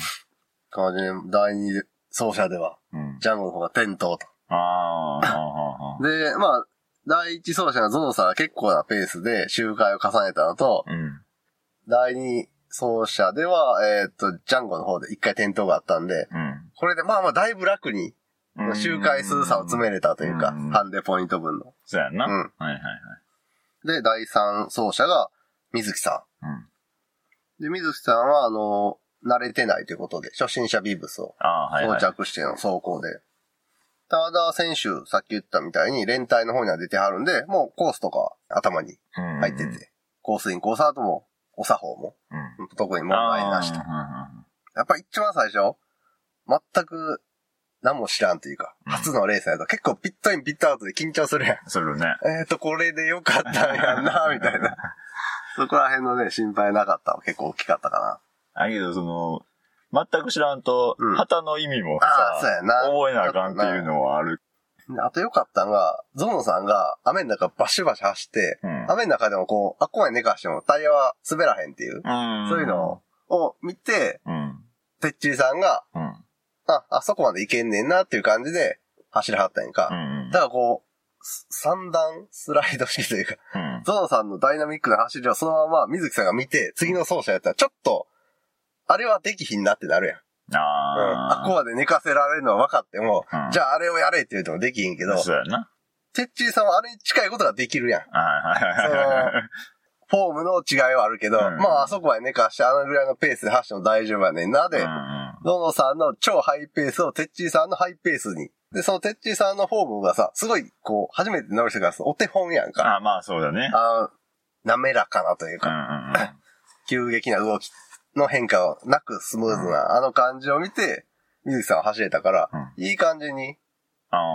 [SPEAKER 1] 感じで、第二走者では。
[SPEAKER 2] うん。
[SPEAKER 1] ジャンゴの方が点灯と。
[SPEAKER 2] ああ、はあはあはあ。
[SPEAKER 1] で、まあ、第一走者のゾノさんは結構なペースで周回を重ねたのと、
[SPEAKER 2] うん。
[SPEAKER 1] 第二走者では、えーっと、ジャンゴの方で一回転倒があったんで、これでまあまあだいぶ楽に、
[SPEAKER 2] うん。
[SPEAKER 1] 周回数差を詰め
[SPEAKER 2] る。
[SPEAKER 1] れたというか
[SPEAKER 2] うん、
[SPEAKER 1] ハンデポイント分の。
[SPEAKER 2] そうやんな。
[SPEAKER 1] う
[SPEAKER 2] はい
[SPEAKER 1] ん。
[SPEAKER 2] はいはい。
[SPEAKER 1] で、第三走者が水木さ
[SPEAKER 2] うん。
[SPEAKER 1] ん。で、水木さんは、あの、慣れてないということで、初心者ビブスを
[SPEAKER 2] ああ、はい
[SPEAKER 1] 装
[SPEAKER 2] はい。
[SPEAKER 1] 着しての走行で。ただ、選手、さっき言ったみたいに、連帯の方には出てはるんで、もうコースとかは頭に
[SPEAKER 2] うん
[SPEAKER 1] 入って。て、コースイン、コースアウトも、お作法も、
[SPEAKER 2] うん。
[SPEAKER 1] 特に問題なしと。やっぱ一番最初、全く何も知らんというか、
[SPEAKER 2] うん
[SPEAKER 1] 初のレースやと結構ピットインピットアウトで緊張するやん。
[SPEAKER 2] するね。
[SPEAKER 1] えーと、これでよかったんやん な、みたいな。そこら辺のね、心配なかったのは結構大きかったか
[SPEAKER 2] だけど、その、全く知らんと
[SPEAKER 1] うん、
[SPEAKER 2] 旗の意味も
[SPEAKER 1] な。ああ、そう
[SPEAKER 2] さ、
[SPEAKER 1] やな。
[SPEAKER 2] 覚えなあかんっていうのはある。
[SPEAKER 1] あとよかったのが、ゾノさんが雨の中バシバシ走って、
[SPEAKER 2] うん
[SPEAKER 1] 雨の中でもこう、あっこまで寝かしてもタイヤは滑らへんっていう、
[SPEAKER 2] うん
[SPEAKER 1] そういうのを見て、
[SPEAKER 2] うん。
[SPEAKER 1] てっちりさんが、
[SPEAKER 2] うん。
[SPEAKER 1] あ、あそこまで行けんねんなっていう感じで走りはったんやんか。
[SPEAKER 2] うん。
[SPEAKER 1] だからこう、す三段スライド式というか、
[SPEAKER 2] うん。
[SPEAKER 1] ゾノさんのダイナミックな走りをそのまま水木さんが見て、次の走者やったらちょっと、あれはできひんなってなるやん。うん。あ
[SPEAKER 2] あ
[SPEAKER 1] っこまで寝かせられるのは分かっても、
[SPEAKER 2] うん
[SPEAKER 1] じゃああれをやれって言うてもできひんけど、
[SPEAKER 2] そうやな。
[SPEAKER 1] てっちーさんはあれに近いことができるやん。
[SPEAKER 2] はいはいはい。
[SPEAKER 1] フォームの違いはあるけど、
[SPEAKER 2] うん
[SPEAKER 1] まああそこまで寝かしてあのぐらいのペースで走っても大丈夫やねんなで、
[SPEAKER 2] うん
[SPEAKER 1] ゾノさんの超ハイペースをてっちーさんのハイペースに。で、そのてっちーさんのフォームがさ、すごい、こう、初めて乗る人からするとお手本やんか。
[SPEAKER 2] あまあそうだね。
[SPEAKER 1] あの滑らかなという
[SPEAKER 2] う
[SPEAKER 1] か
[SPEAKER 2] ん、うんうん。
[SPEAKER 1] 急激な動きの変化をなくスムーズな、あの感じを見て、水木さんは走れたから、いい感じに、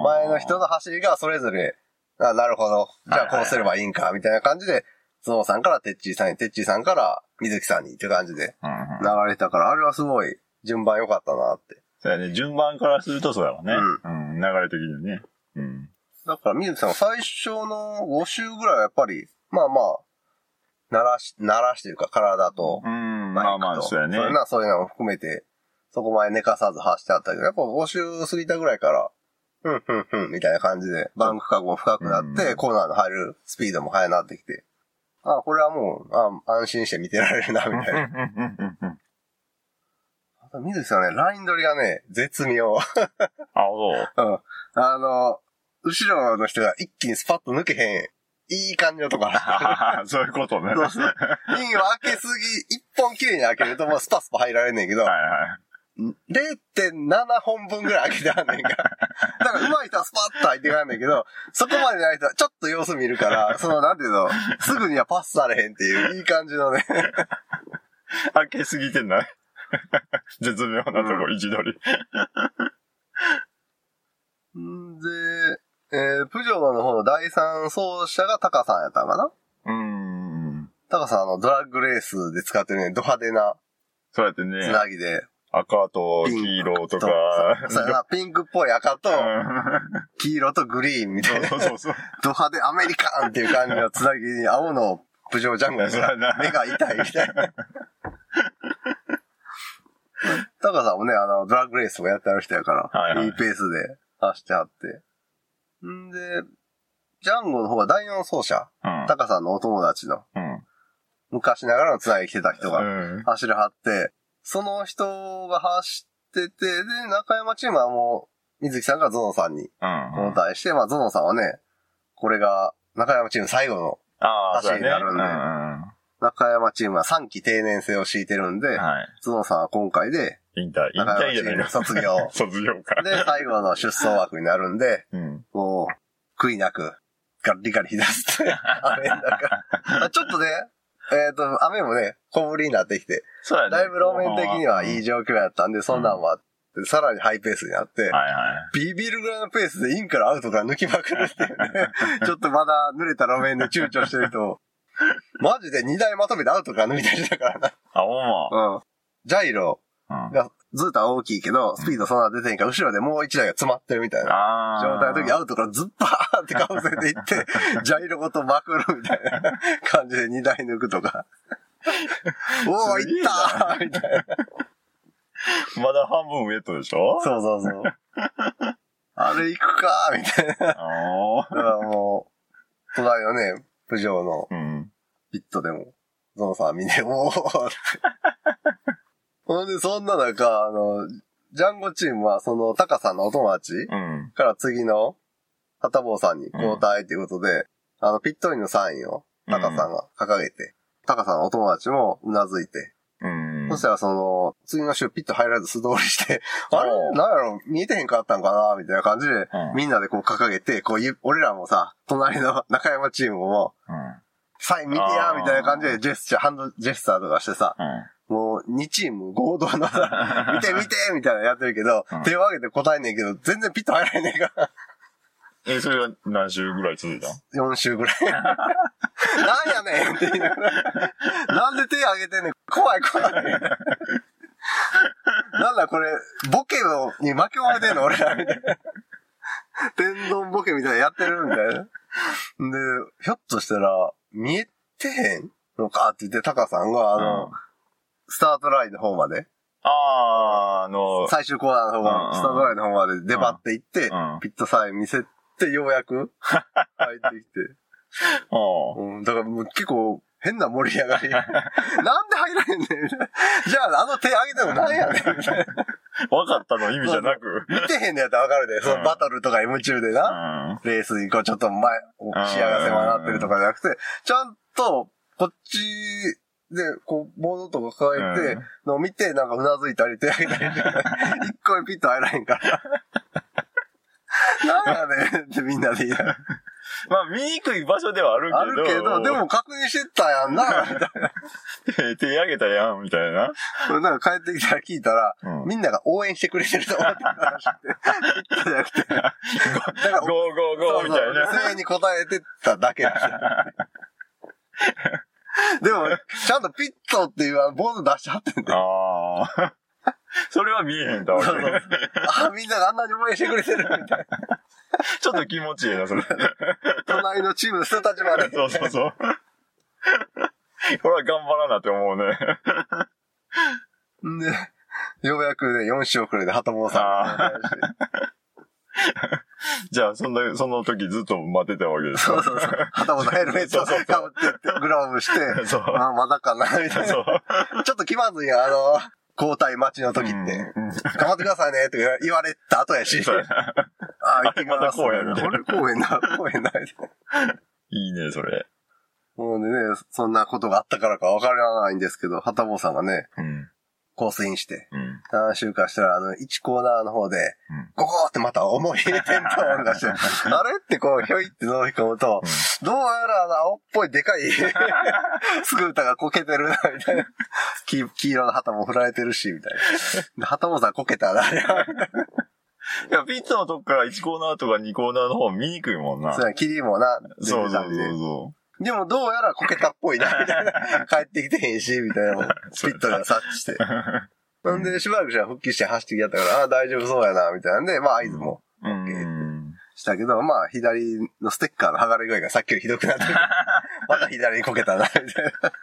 [SPEAKER 1] 前の人の走りがそれぞれ、あ、なるほど。じゃあこうすればいいんか、みたいな感じで、ゾノさんからてっちーさんに、てっちーさんから水木さんにっていう感じで
[SPEAKER 2] うんう
[SPEAKER 1] 流
[SPEAKER 2] ん
[SPEAKER 1] れたから、あれはすごい順番良かったなって。
[SPEAKER 2] そうやね。順番からするとそうやわね。うん。流れ的にはね。うん。
[SPEAKER 1] だから水木さんは最初の5周ぐらいはやっぱり、まあまあ、鳴らし、鳴らしというか体と、
[SPEAKER 2] うん。まあまあ、そうやね。
[SPEAKER 1] そういうな、そういうのも含めて、そこまで寝かさず走ってあったけど、やっぱ5周過ぎたぐらいから、うん、うん、うん、みたいな感じで、バンク角も深くなって、
[SPEAKER 2] うん
[SPEAKER 1] コーナーの入るスピードも速くなってきて、あこれはもう、あ安心して見てられるな、
[SPEAKER 2] うん
[SPEAKER 1] みたいな。
[SPEAKER 2] うんうんうん
[SPEAKER 1] あと、水木さんね、ライン取りがね、絶妙。
[SPEAKER 2] あ、そう。
[SPEAKER 1] うんあの、後ろの人が一気にスパッと抜けへん、いい感じのとこ あ
[SPEAKER 2] そういうことね。
[SPEAKER 1] る。そうそう。インを開けすぎ、一本綺麗に開けるともうスパスパ入られんねんけど、
[SPEAKER 2] はいはい。
[SPEAKER 1] 0.7本分ぐらい開けてはん ねんか。だから上手い人はスパッと開いてはんねんけど、そこまでない人はちょっと様子見るから、そのなんていうの、すぐにはパスされへんっていう、いい感じのね。
[SPEAKER 2] 開けすぎてない絶妙なとこ、位置取り。
[SPEAKER 1] んで、えー、プジョーの方の第3走者がタカさんやったんかな
[SPEAKER 2] うん。
[SPEAKER 1] タカさんあのドラッグレースで使ってるね、ド派手な
[SPEAKER 2] そうやって
[SPEAKER 1] つ
[SPEAKER 2] ね、
[SPEAKER 1] なぎで、
[SPEAKER 2] 赤と黄色と
[SPEAKER 1] と、
[SPEAKER 2] か
[SPEAKER 1] そう、そうやな、ピンクっぽい赤と
[SPEAKER 2] う
[SPEAKER 1] 黄色とグリーンみたい
[SPEAKER 2] ん
[SPEAKER 1] な、
[SPEAKER 2] そうそうそう。
[SPEAKER 1] ド派手アメリカンっていう感じのつなぎに青のプジョージャンゴ
[SPEAKER 2] そうや な。
[SPEAKER 1] 目が痛いみたいな。タカさんもね、あの、ドラッグレースとかやってある人やから、
[SPEAKER 2] はい
[SPEAKER 1] い
[SPEAKER 2] はい
[SPEAKER 1] ペースで走ってはって。んで、ジャンゴの方は第4走者、
[SPEAKER 2] うん
[SPEAKER 1] タカさんのお友達の、
[SPEAKER 2] うん
[SPEAKER 1] 昔ながらのつなぎ来てた人
[SPEAKER 2] う
[SPEAKER 1] が
[SPEAKER 2] ん。
[SPEAKER 1] 走りはって、その人が走ってて、で、中山チームはもう、水木さんがゾノさんに
[SPEAKER 2] うん。
[SPEAKER 1] 交代して、まあ、ゾノさんはね、これが中山チーム最後の、
[SPEAKER 2] ああ、そうやね。
[SPEAKER 1] 走りになるんで
[SPEAKER 2] う
[SPEAKER 1] 中山チームは3期定年制を敷いてるんで、
[SPEAKER 2] ん。はい。
[SPEAKER 1] ゾノさんは今回で、
[SPEAKER 2] 引退、引
[SPEAKER 1] 中山
[SPEAKER 2] 退じ
[SPEAKER 1] チ
[SPEAKER 2] ゃな
[SPEAKER 1] ー
[SPEAKER 2] い
[SPEAKER 1] ム
[SPEAKER 2] か。
[SPEAKER 1] 卒業。
[SPEAKER 2] 卒業か。
[SPEAKER 1] で、最後の出走枠になるんで、
[SPEAKER 2] うん。
[SPEAKER 1] もう、悔いなく、ガリガリ出す って、雨の中。ちょっとね、えっ、と、雨もね、小降りになってきて、
[SPEAKER 2] そうやね。
[SPEAKER 1] だいぶ路面的にはいい
[SPEAKER 2] じ
[SPEAKER 1] 状況やったんで、そんなんもあって、さらにハイペースになって、
[SPEAKER 2] はいはい。
[SPEAKER 1] ビビるぐらいのペースでインからアウトから抜きまくるっていう ね。ちょっとまだ濡れた路面で躊躇してる人を、マジで2台まとめてアウトから抜いたりしたからな。
[SPEAKER 2] あ、ほんま。
[SPEAKER 1] うん。ジャイロ
[SPEAKER 2] うん
[SPEAKER 1] がずっと大きいけど、スピードそんな出てへんから、後ろでもう1台が詰まってるみたいな
[SPEAKER 2] ああ。
[SPEAKER 1] 状態の時、アウトからズッパーってかぶせてい って、ジャイロごとまくるみたいな感じで2台抜くとか。おお、
[SPEAKER 2] すげえ
[SPEAKER 1] いっ
[SPEAKER 2] な
[SPEAKER 1] たーみたいな。
[SPEAKER 2] まだ半分ウェットでしょ
[SPEAKER 1] そうそうそう。あれ行くかーみたいな。
[SPEAKER 2] う。あ
[SPEAKER 1] だからもう、隣のね、プジョーの
[SPEAKER 2] ーうん。
[SPEAKER 1] ピットでも、ゾノさん見て、おーって。 ほんで、そんな中、あの、ジャンゴチームは、その、タカさんのお友達
[SPEAKER 2] うん。
[SPEAKER 1] から次の、ハタボーさんに交代っていうことで、あの、ピットインのサインを、タカさんが掲げて、タカさんのお友達もうなずいて、
[SPEAKER 2] うん。
[SPEAKER 1] そしたら、その、次の週ピット入らず素通りして、
[SPEAKER 2] うん
[SPEAKER 1] あれなんやろ見えてへんかったんかなみたいな感じで、
[SPEAKER 2] うん
[SPEAKER 1] みんなでこう掲げて、こうゆ、俺らもさ、隣の中山チームも、
[SPEAKER 2] うん。
[SPEAKER 1] サイン見てや
[SPEAKER 2] あー
[SPEAKER 1] みたいな感じでジェスチャー、ハンドジェスチャーとかしてさ、
[SPEAKER 2] うん。
[SPEAKER 1] もう2チーム合同のさ、 見て見てみたいなのやってるけど、
[SPEAKER 2] うん
[SPEAKER 1] 手を挙げて答えんねんけど、全然ピット入らへんねんから。
[SPEAKER 2] え、それは何週ぐらい続いたん
[SPEAKER 1] 4週ぐらい。なんやねんって言いながら。なんで手挙げてんねん。怖い怖い。なんだこれ、ボケのに巻き込まれてんの俺らみたいな。天丼ボケみたいなやってるみたいな。で、ひょっとしたら、見えてへんのかって言って、タカさんが、あの、
[SPEAKER 2] うん
[SPEAKER 1] スタートラインの方まで、
[SPEAKER 2] あー、あの、
[SPEAKER 1] 最終コーナーの方
[SPEAKER 2] うんうん
[SPEAKER 1] が、スタートラインの方まで出張っていって、
[SPEAKER 2] うん
[SPEAKER 1] ピットサイン見せて、ようやく入ってきて。
[SPEAKER 2] うん
[SPEAKER 1] うん、だからもう結構変な盛り上がり。 なんで入らへんねんみたい な。じゃああの手上げてもなんやねんみたいな。
[SPEAKER 2] わかったの意味じゃなく。
[SPEAKER 1] 見てへんのやったらわかるで。そのバトルとか M 中でな。
[SPEAKER 2] う
[SPEAKER 1] レースにこうちょっと前、仕上がせまなってるとかじゃなくて、ちゃんとこっちでこうボードとか抱えて
[SPEAKER 2] うん、
[SPEAKER 1] のを見てなんかうなずいたり手上げたり とか、一個にピッと入らへんから。 なんやねんってみんな で言いながら
[SPEAKER 2] まあ、見にくい場所ではあるけど。
[SPEAKER 1] あるけど、でも確認してたやんな、みたいな。
[SPEAKER 2] 手。手あげたやん、みたいな。
[SPEAKER 1] これなんか帰ってきたら聞いたら、
[SPEAKER 2] うん
[SPEAKER 1] みんなが応援してくれてると思って たらしくて、じゃなくて、だから
[SPEAKER 2] ゴーゴー
[SPEAKER 1] そ
[SPEAKER 2] ゴー
[SPEAKER 1] う
[SPEAKER 2] み
[SPEAKER 1] そ
[SPEAKER 2] たいうな。
[SPEAKER 1] 声援に応えてただけだし。でも、ちゃんとピットっていうあのボード出しはってんだよ。
[SPEAKER 2] ああ。 それは見えへんだわ
[SPEAKER 1] そうそうあ、みんながあんなに応援してくれてるみたいな。
[SPEAKER 2] ちょっと気持ちいいな、それ。
[SPEAKER 1] 隣のチームの人たちまで。
[SPEAKER 2] そうそうそう。これは頑張らなって思うね。
[SPEAKER 1] で、ようやくね、4週遅れで鳩坊さんが。
[SPEAKER 2] じゃあ、そんな、その時ずっと待ってたわけです
[SPEAKER 1] そう
[SPEAKER 2] か。
[SPEAKER 1] そうそう。鳩坊さんヘルメットをかぶってって、グラブして、
[SPEAKER 2] そう。
[SPEAKER 1] あ、まだかな、みたいな
[SPEAKER 2] そ。う。
[SPEAKER 1] ちょっと気まずいやん、あの、交代待ちの時って。
[SPEAKER 2] うんうん
[SPEAKER 1] 頑張ってくださいね、とか言わ言われた後やし。
[SPEAKER 2] そうやな
[SPEAKER 1] あ
[SPEAKER 2] あれまたこうやみたいな
[SPEAKER 1] 俺こうやな、こうやな。
[SPEAKER 2] いいね、それ。
[SPEAKER 1] もうね、そんなことがあったからかわからないんですけど、はたぼうさんがね、
[SPEAKER 2] うん。
[SPEAKER 1] コースインして、
[SPEAKER 2] うん。
[SPEAKER 1] 何週間したら、あの、1コーナーの方で、
[SPEAKER 2] うん
[SPEAKER 1] ゴゴーってまた重い点灯音がして、あ れってこう、ひょいって飲み込むと、どうやらあの、青っぽいでかい、スクーターがこけてるな、みたいな。黄黄色の旗も振られてるし、みたいな。旗もさ、こけたな、あれは。
[SPEAKER 2] いや、ピットのとこから1コーナーとか2コーナーの方見にくいもんな。
[SPEAKER 1] そうや、キリもな、出
[SPEAKER 2] そう
[SPEAKER 1] て
[SPEAKER 2] そ
[SPEAKER 1] た
[SPEAKER 2] うん
[SPEAKER 1] で
[SPEAKER 2] そう。そ
[SPEAKER 1] でもどうやらこけたっぽい な、みたいな。帰ってきてへんし、みたい なのを。スピットが察知 して。なんで、しばらくじゃ復帰して走ってきやったから、ああ、大丈夫そうやな、みたいなんで、まあ、合図も
[SPEAKER 2] う。うん。
[SPEAKER 1] したけど、まあ、左のステッカーの剥がれ具合がさっきよりひどくな ってる。また左にこけたな、みたいな。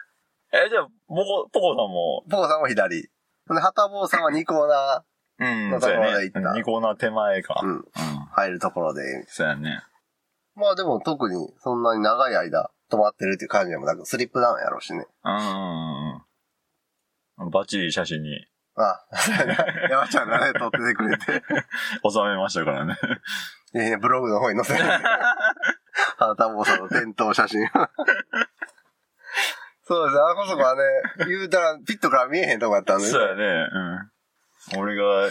[SPEAKER 2] え、じゃあ、ポコ、ポコさんも、
[SPEAKER 1] 坊さんも左。ほんで、旗坊さんは2コーナ
[SPEAKER 2] う
[SPEAKER 1] また
[SPEAKER 2] そう
[SPEAKER 1] ま
[SPEAKER 2] や
[SPEAKER 1] だ
[SPEAKER 2] ね
[SPEAKER 1] 行。った
[SPEAKER 2] 2コーナー手前か。
[SPEAKER 1] ー、うん、入るところで。
[SPEAKER 2] そうやね。
[SPEAKER 1] まあ、でも特にそんなに長い間止まってるっていう感じでもなく、スリップダウンやろうしね。
[SPEAKER 2] うんうんうん。バッチリ写真に
[SPEAKER 1] あ、そうやな山ちゃんがね、撮っててくれて。
[SPEAKER 2] 収めましたからね。
[SPEAKER 1] いやいやブログの方に載せるんで。 あ、タモさんの店頭写真。 そうですね、あこそこはね、言うたら、ピットから見えへんとこやったんで。
[SPEAKER 2] そうやね。うん。俺が、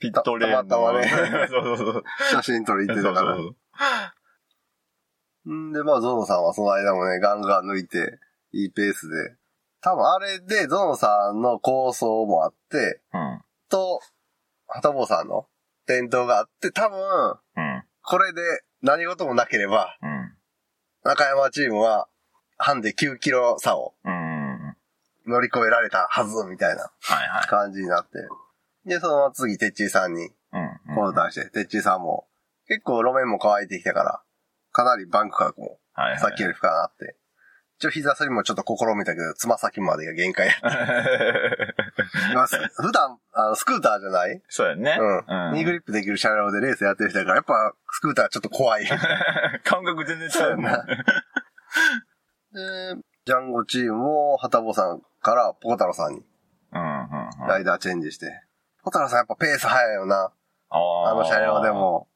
[SPEAKER 2] ピットレーンの。
[SPEAKER 1] たたまたまね
[SPEAKER 2] そうそうそう。
[SPEAKER 1] 写真撮り行
[SPEAKER 2] そ
[SPEAKER 1] っ
[SPEAKER 2] う
[SPEAKER 1] て
[SPEAKER 2] そ
[SPEAKER 1] た
[SPEAKER 2] う
[SPEAKER 1] から。
[SPEAKER 2] そう。
[SPEAKER 1] んで、まあ、ゾノさんはその間もね、ガンガン抜いて、いいペースで。多分あれで、ゾノさんの構想もあって、
[SPEAKER 2] うん。
[SPEAKER 1] と、ハタボさんの店頭があって、多分、
[SPEAKER 2] うん。
[SPEAKER 1] これで何事もなければ、
[SPEAKER 2] うん。
[SPEAKER 1] 中山チームは、ハンデ9キロ差を
[SPEAKER 2] うん。うん
[SPEAKER 1] 乗り越えられたはず、みたいな。
[SPEAKER 2] はいはい。
[SPEAKER 1] 感じになって。で、そのまま次、てっちーさんに
[SPEAKER 2] うん。うん
[SPEAKER 1] 交代して、てっちーさんも、結構路面も乾いてきたから、かなりバンク角も、
[SPEAKER 2] はいはい。
[SPEAKER 1] さっきより深くなって、一応膝すりもちょっと試みたけど、つま先までが限界やっ てます。普段、あの、スクーターじゃない
[SPEAKER 2] そうやね。
[SPEAKER 1] うん。ニ、ーグリップできる車両でレースやってる人だから、やっぱ、スクーターちょっと怖い。
[SPEAKER 2] 感覚全然違うよね。
[SPEAKER 1] で、ジャンゴチームを、はたぼさんから、ポコ太郎さんに、
[SPEAKER 2] うんうんうん
[SPEAKER 1] ライダーチェンジして。ポコ太郎さんやっぱペース早いよな。あ
[SPEAKER 2] あ
[SPEAKER 1] の車両で。も。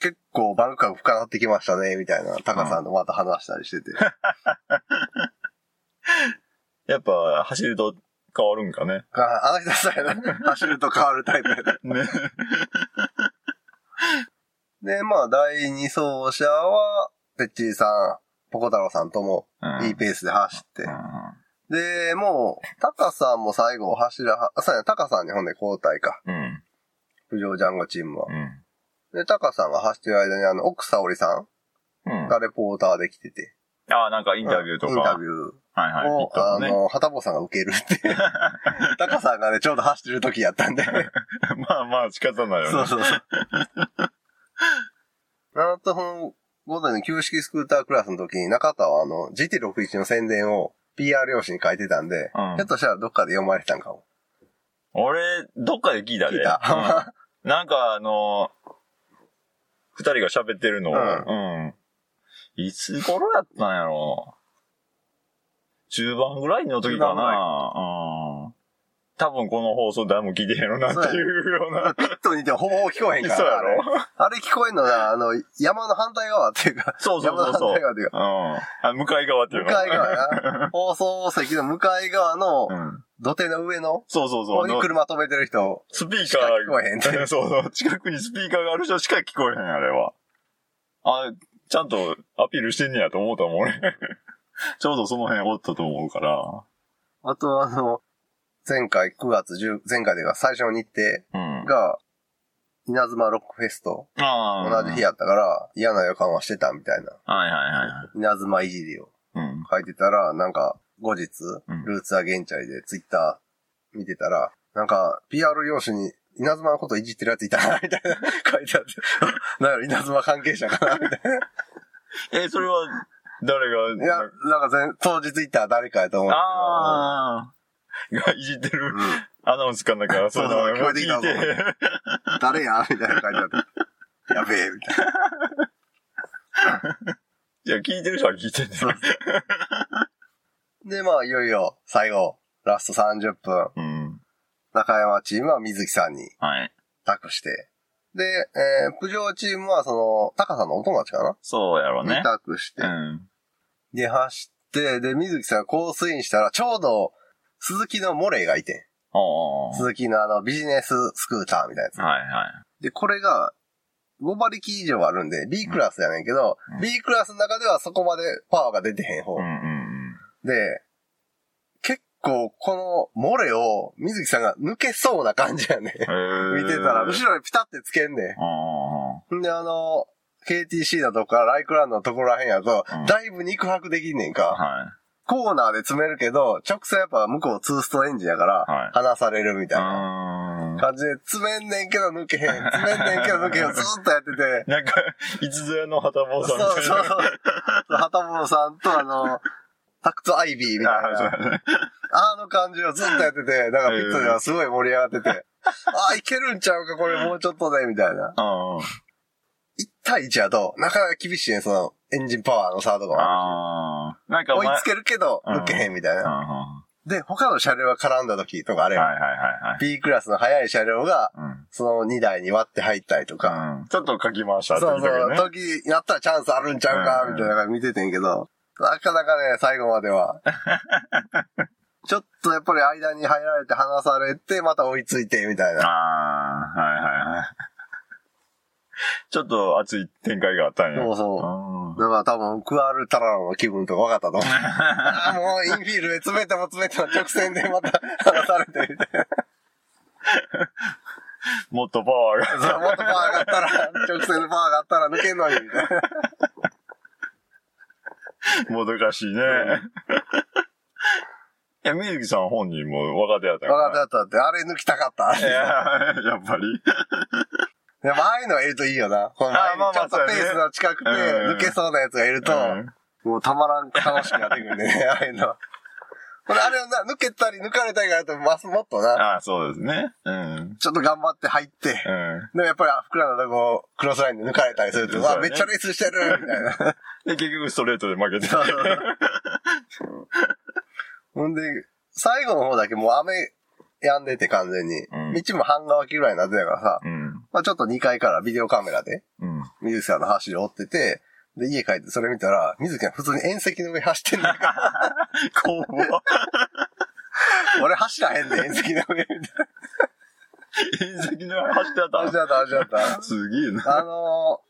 [SPEAKER 1] 結構バンク感深なってきましたね、みたいな、タカさんとまた話したりしてて。
[SPEAKER 2] やっぱ、走ると変わるんかね。
[SPEAKER 1] ああの人さえ な、走ると変わるタイプやから
[SPEAKER 2] ね。
[SPEAKER 1] で、まあ、第2走者は、ペッチーさん、ポコ太郎さんとも、
[SPEAKER 2] うん
[SPEAKER 1] いいペースで走って
[SPEAKER 2] う。ん
[SPEAKER 1] で、もう、タカさんも最後走ら、あ、そうやね、タカさんにほんで交代か。
[SPEAKER 2] うん。
[SPEAKER 1] 浮上ジャンゴチームは
[SPEAKER 2] う。ん。
[SPEAKER 1] で、タカさんが走ってる間に、あの、奥沙織さ
[SPEAKER 2] うん
[SPEAKER 1] んがレポーターできてて。
[SPEAKER 2] ああ、なんかインタビューとか。
[SPEAKER 1] インタビュ
[SPEAKER 2] はいはい。
[SPEAKER 1] ー
[SPEAKER 2] 言
[SPEAKER 1] を
[SPEAKER 2] っ、た
[SPEAKER 1] あ
[SPEAKER 2] ね。
[SPEAKER 1] の、はたぼさんが受けるって。 タカさんがね、ちょうど走ってる時やったんで。
[SPEAKER 2] まあまあ仕方ないよね。
[SPEAKER 1] そうそう そう。なんと、この、5台の旧式スクータークラスの時に、中田はあの、GT61 の宣伝を PR 用紙に書いてたんで、
[SPEAKER 2] うん
[SPEAKER 1] ひょっとしたらどっかで読まれてたんかも。
[SPEAKER 2] 俺、どっかで聞いたで。
[SPEAKER 1] 聞いた。
[SPEAKER 2] うんなんかあの、二人が喋ってるのを、
[SPEAKER 1] う
[SPEAKER 2] うん。いつ頃やったんやろ。中盤ぐらいの時か
[SPEAKER 1] 中盤ぐらい
[SPEAKER 2] な。うん。多分この放送誰も聞いてへんのなっていうよう な。
[SPEAKER 1] ピットにいてもほぼほぼ聞こえへんから。
[SPEAKER 2] そうやろ
[SPEAKER 1] あれ聞こえんのな、あの、山の反対側っていうか、
[SPEAKER 2] そうそう
[SPEAKER 1] 山
[SPEAKER 2] そ
[SPEAKER 1] の
[SPEAKER 2] う
[SPEAKER 1] 反
[SPEAKER 2] そう
[SPEAKER 1] 対。側っていうか、
[SPEAKER 2] うん。あ、向かい側っていう
[SPEAKER 1] 向
[SPEAKER 2] の
[SPEAKER 1] かい側 な。放送席の向かい側の
[SPEAKER 2] うん。
[SPEAKER 1] 土手の上の、
[SPEAKER 2] そうそう
[SPEAKER 1] こ
[SPEAKER 2] そ
[SPEAKER 1] こ
[SPEAKER 2] う。
[SPEAKER 1] に車止めてる人、
[SPEAKER 2] スピー
[SPEAKER 1] しか
[SPEAKER 2] カー
[SPEAKER 1] 聞こえへんって
[SPEAKER 2] そうそう。近くにスピーカーがある人しか聞こえへん、あれは。あ、ちゃんとアピールしてんねやと思ったもん、俺。 ちょうどその辺おったと思うから。
[SPEAKER 1] あとあの、前回9月10、前回でが最初の日程、
[SPEAKER 2] うん。
[SPEAKER 1] が、稲妻ロックフェスと同
[SPEAKER 2] ああ。
[SPEAKER 1] じ日。やったから、嫌な予感はしてたみたいな。
[SPEAKER 2] はいはいはい。
[SPEAKER 1] 稲妻いじりを
[SPEAKER 2] うん。
[SPEAKER 1] 書いてたら、なんか、後日
[SPEAKER 2] うん、
[SPEAKER 1] ルーツアゲンチャイでツイッター見てたら、なんか、PR 用紙に、稲妻のこといじってるやついたな、 みたいな、書いてあって、 なんやろ、稲妻関係者かな、みたい
[SPEAKER 2] え、それは、誰
[SPEAKER 1] な。
[SPEAKER 2] が、
[SPEAKER 1] いや、なんか全、当日行ったら誰かやと思うけど。
[SPEAKER 2] ああ。がいじって
[SPEAKER 1] う
[SPEAKER 2] る
[SPEAKER 1] ん
[SPEAKER 2] アナウンスかなん か、
[SPEAKER 1] そうそう
[SPEAKER 2] の
[SPEAKER 1] 聞こえてきたぞ
[SPEAKER 2] 聞いて
[SPEAKER 1] 誰やみたいな書いてあって。やべえ、みたいな。
[SPEAKER 2] いや、聞いてる人は聞いてんね
[SPEAKER 1] そうで、まあ、いよいよ、最後、ラスト30分。
[SPEAKER 2] うん。
[SPEAKER 1] 中山チームは水木さんに
[SPEAKER 2] はい。
[SPEAKER 1] 託して、で、えー、プジョーチームはその、タカさんのお友達か
[SPEAKER 2] そうやろ
[SPEAKER 1] な、
[SPEAKER 2] ね
[SPEAKER 1] に。託して
[SPEAKER 2] う、ん。
[SPEAKER 1] で、走って、で、水木さんがコースインしたら、ちょうど、鈴木のモレイがいて
[SPEAKER 2] お
[SPEAKER 1] ん、
[SPEAKER 2] ー。
[SPEAKER 1] 鈴木のあの、ビジネススクーターみたいなや
[SPEAKER 2] はいはい。
[SPEAKER 1] つ。で、これが、5馬力以上あるんで、B クラスやねんけど、
[SPEAKER 2] うん
[SPEAKER 1] B クラスの中ではそこまでパワーが出てへん方。
[SPEAKER 2] うんうんうん。
[SPEAKER 1] で、結構、このモレを、水木さんが抜けそうな感じやねん。見
[SPEAKER 2] 見
[SPEAKER 1] てたら、後ろにピタってつけんねん。
[SPEAKER 2] あ
[SPEAKER 1] んで、あの、KTC のとこからライクランドのところらへんやと、
[SPEAKER 2] うん
[SPEAKER 1] だいぶ肉薄できんねん
[SPEAKER 2] あ、
[SPEAKER 1] か。
[SPEAKER 2] は
[SPEAKER 1] コーナーで詰めるけど、直線やっぱ向こうツーストエンジンやから、
[SPEAKER 2] はい
[SPEAKER 1] 離されるみ
[SPEAKER 2] い。
[SPEAKER 1] たいな
[SPEAKER 2] うーん、
[SPEAKER 1] 感じで、詰めんねんけど抜けへん、詰めんねんけど抜けへん、ずーっとやってて
[SPEAKER 2] なんか、いつぞやの旗坊
[SPEAKER 1] そう
[SPEAKER 2] さん
[SPEAKER 1] そ
[SPEAKER 2] みた
[SPEAKER 1] う
[SPEAKER 2] い
[SPEAKER 1] そう
[SPEAKER 2] な。。
[SPEAKER 1] はたぼうさんとあの、タクトアイビーみたい
[SPEAKER 2] あそう
[SPEAKER 1] な、
[SPEAKER 2] やね
[SPEAKER 1] あの感じをずっとやってて、だからピットではすごい盛り上が ってて、ああ、いけるんちゃうか、これもうちょっとで、みたいな。
[SPEAKER 2] うん
[SPEAKER 1] 1対1やと、なかなか厳しいね、その、エンジンパワーの差とかは。
[SPEAKER 2] あー。なんかお
[SPEAKER 1] 追い
[SPEAKER 2] 前、
[SPEAKER 1] つけるけど、
[SPEAKER 2] うん
[SPEAKER 1] 抜けへんみたい
[SPEAKER 2] うんうん
[SPEAKER 1] な。
[SPEAKER 2] は
[SPEAKER 1] で、他の車両が絡んだ時とかあれ
[SPEAKER 2] い
[SPEAKER 1] やん、
[SPEAKER 2] はいはいはい
[SPEAKER 1] B クラスの速い車両が、
[SPEAKER 2] うん
[SPEAKER 1] その2台に割って入ったりとか。
[SPEAKER 2] うん。ちょっと書き回した
[SPEAKER 1] そ
[SPEAKER 2] っ
[SPEAKER 1] う
[SPEAKER 2] て
[SPEAKER 1] そ
[SPEAKER 2] 言ったけど
[SPEAKER 1] う、
[SPEAKER 2] ね。
[SPEAKER 1] 時やったらチャンスあるんちゃうか
[SPEAKER 2] う、ん
[SPEAKER 1] みたいなのが見ててんけど、なかなかね、最後まで は。ちょっとやっぱり間に入られて離されて、また追いついて、みたいな。
[SPEAKER 2] あー、はいはいはい。 ちょっと熱い展開があったんや。
[SPEAKER 1] そうそう
[SPEAKER 2] うん
[SPEAKER 1] だから多分、クアルタラロの気分とか分か ったと思う。あーもうインフィールドで詰めても詰めても直線でまた離されて みたいな。
[SPEAKER 2] もっとパワーが。
[SPEAKER 1] そうもっとパワーがあったら、直線のパワーがあったら抜けんのに、みたいな。
[SPEAKER 2] もどかしいね。 いや、水木さん本人も若手やった
[SPEAKER 1] 若手だ
[SPEAKER 2] や
[SPEAKER 1] ったって、あれ抜きたかった。
[SPEAKER 2] いや、やっぱり。
[SPEAKER 1] でも、ああいうのがいるといいよな。この前
[SPEAKER 2] あまあ
[SPEAKER 1] にち
[SPEAKER 2] ま
[SPEAKER 1] ょ
[SPEAKER 2] あ
[SPEAKER 1] っとペースの近くて、
[SPEAKER 2] そうやねう
[SPEAKER 1] 抜
[SPEAKER 2] ん
[SPEAKER 1] けそうなやつがいると、
[SPEAKER 2] うん
[SPEAKER 1] もうたまらん楽しくなってくるんでね、 ああいうのは。これあれをな、抜けたり抜かれたりがあると、ますもっとな、
[SPEAKER 2] ああ、そうですね。うん。
[SPEAKER 1] ちょっと頑張って入って、
[SPEAKER 2] うん。
[SPEAKER 1] でもやっぱりふくらのとこ、クロスラインで抜かれたりすると、
[SPEAKER 2] そう
[SPEAKER 1] う
[SPEAKER 2] だね
[SPEAKER 1] わ、めっちゃレースしてるみたい な。
[SPEAKER 2] で、結局ストレートで負けて。
[SPEAKER 1] ほんで、最後の方だけもう雨止んでて完全に
[SPEAKER 2] うん。
[SPEAKER 1] 道も半乾きぐらいになってたからさ、
[SPEAKER 2] うん。
[SPEAKER 1] まあちょっと2階からビデオカメラで、
[SPEAKER 2] うん。
[SPEAKER 1] 水木さんの走りを追ってて、で、家帰ってそれ見たら、水木さん普通に縁石の上走ってん だから、
[SPEAKER 2] 怖っ
[SPEAKER 1] 俺走らへんで、縁石の上みたいな。
[SPEAKER 2] 遠石の走って
[SPEAKER 1] 走
[SPEAKER 2] た。
[SPEAKER 1] らった、走らった。
[SPEAKER 2] すげえな。
[SPEAKER 1] あの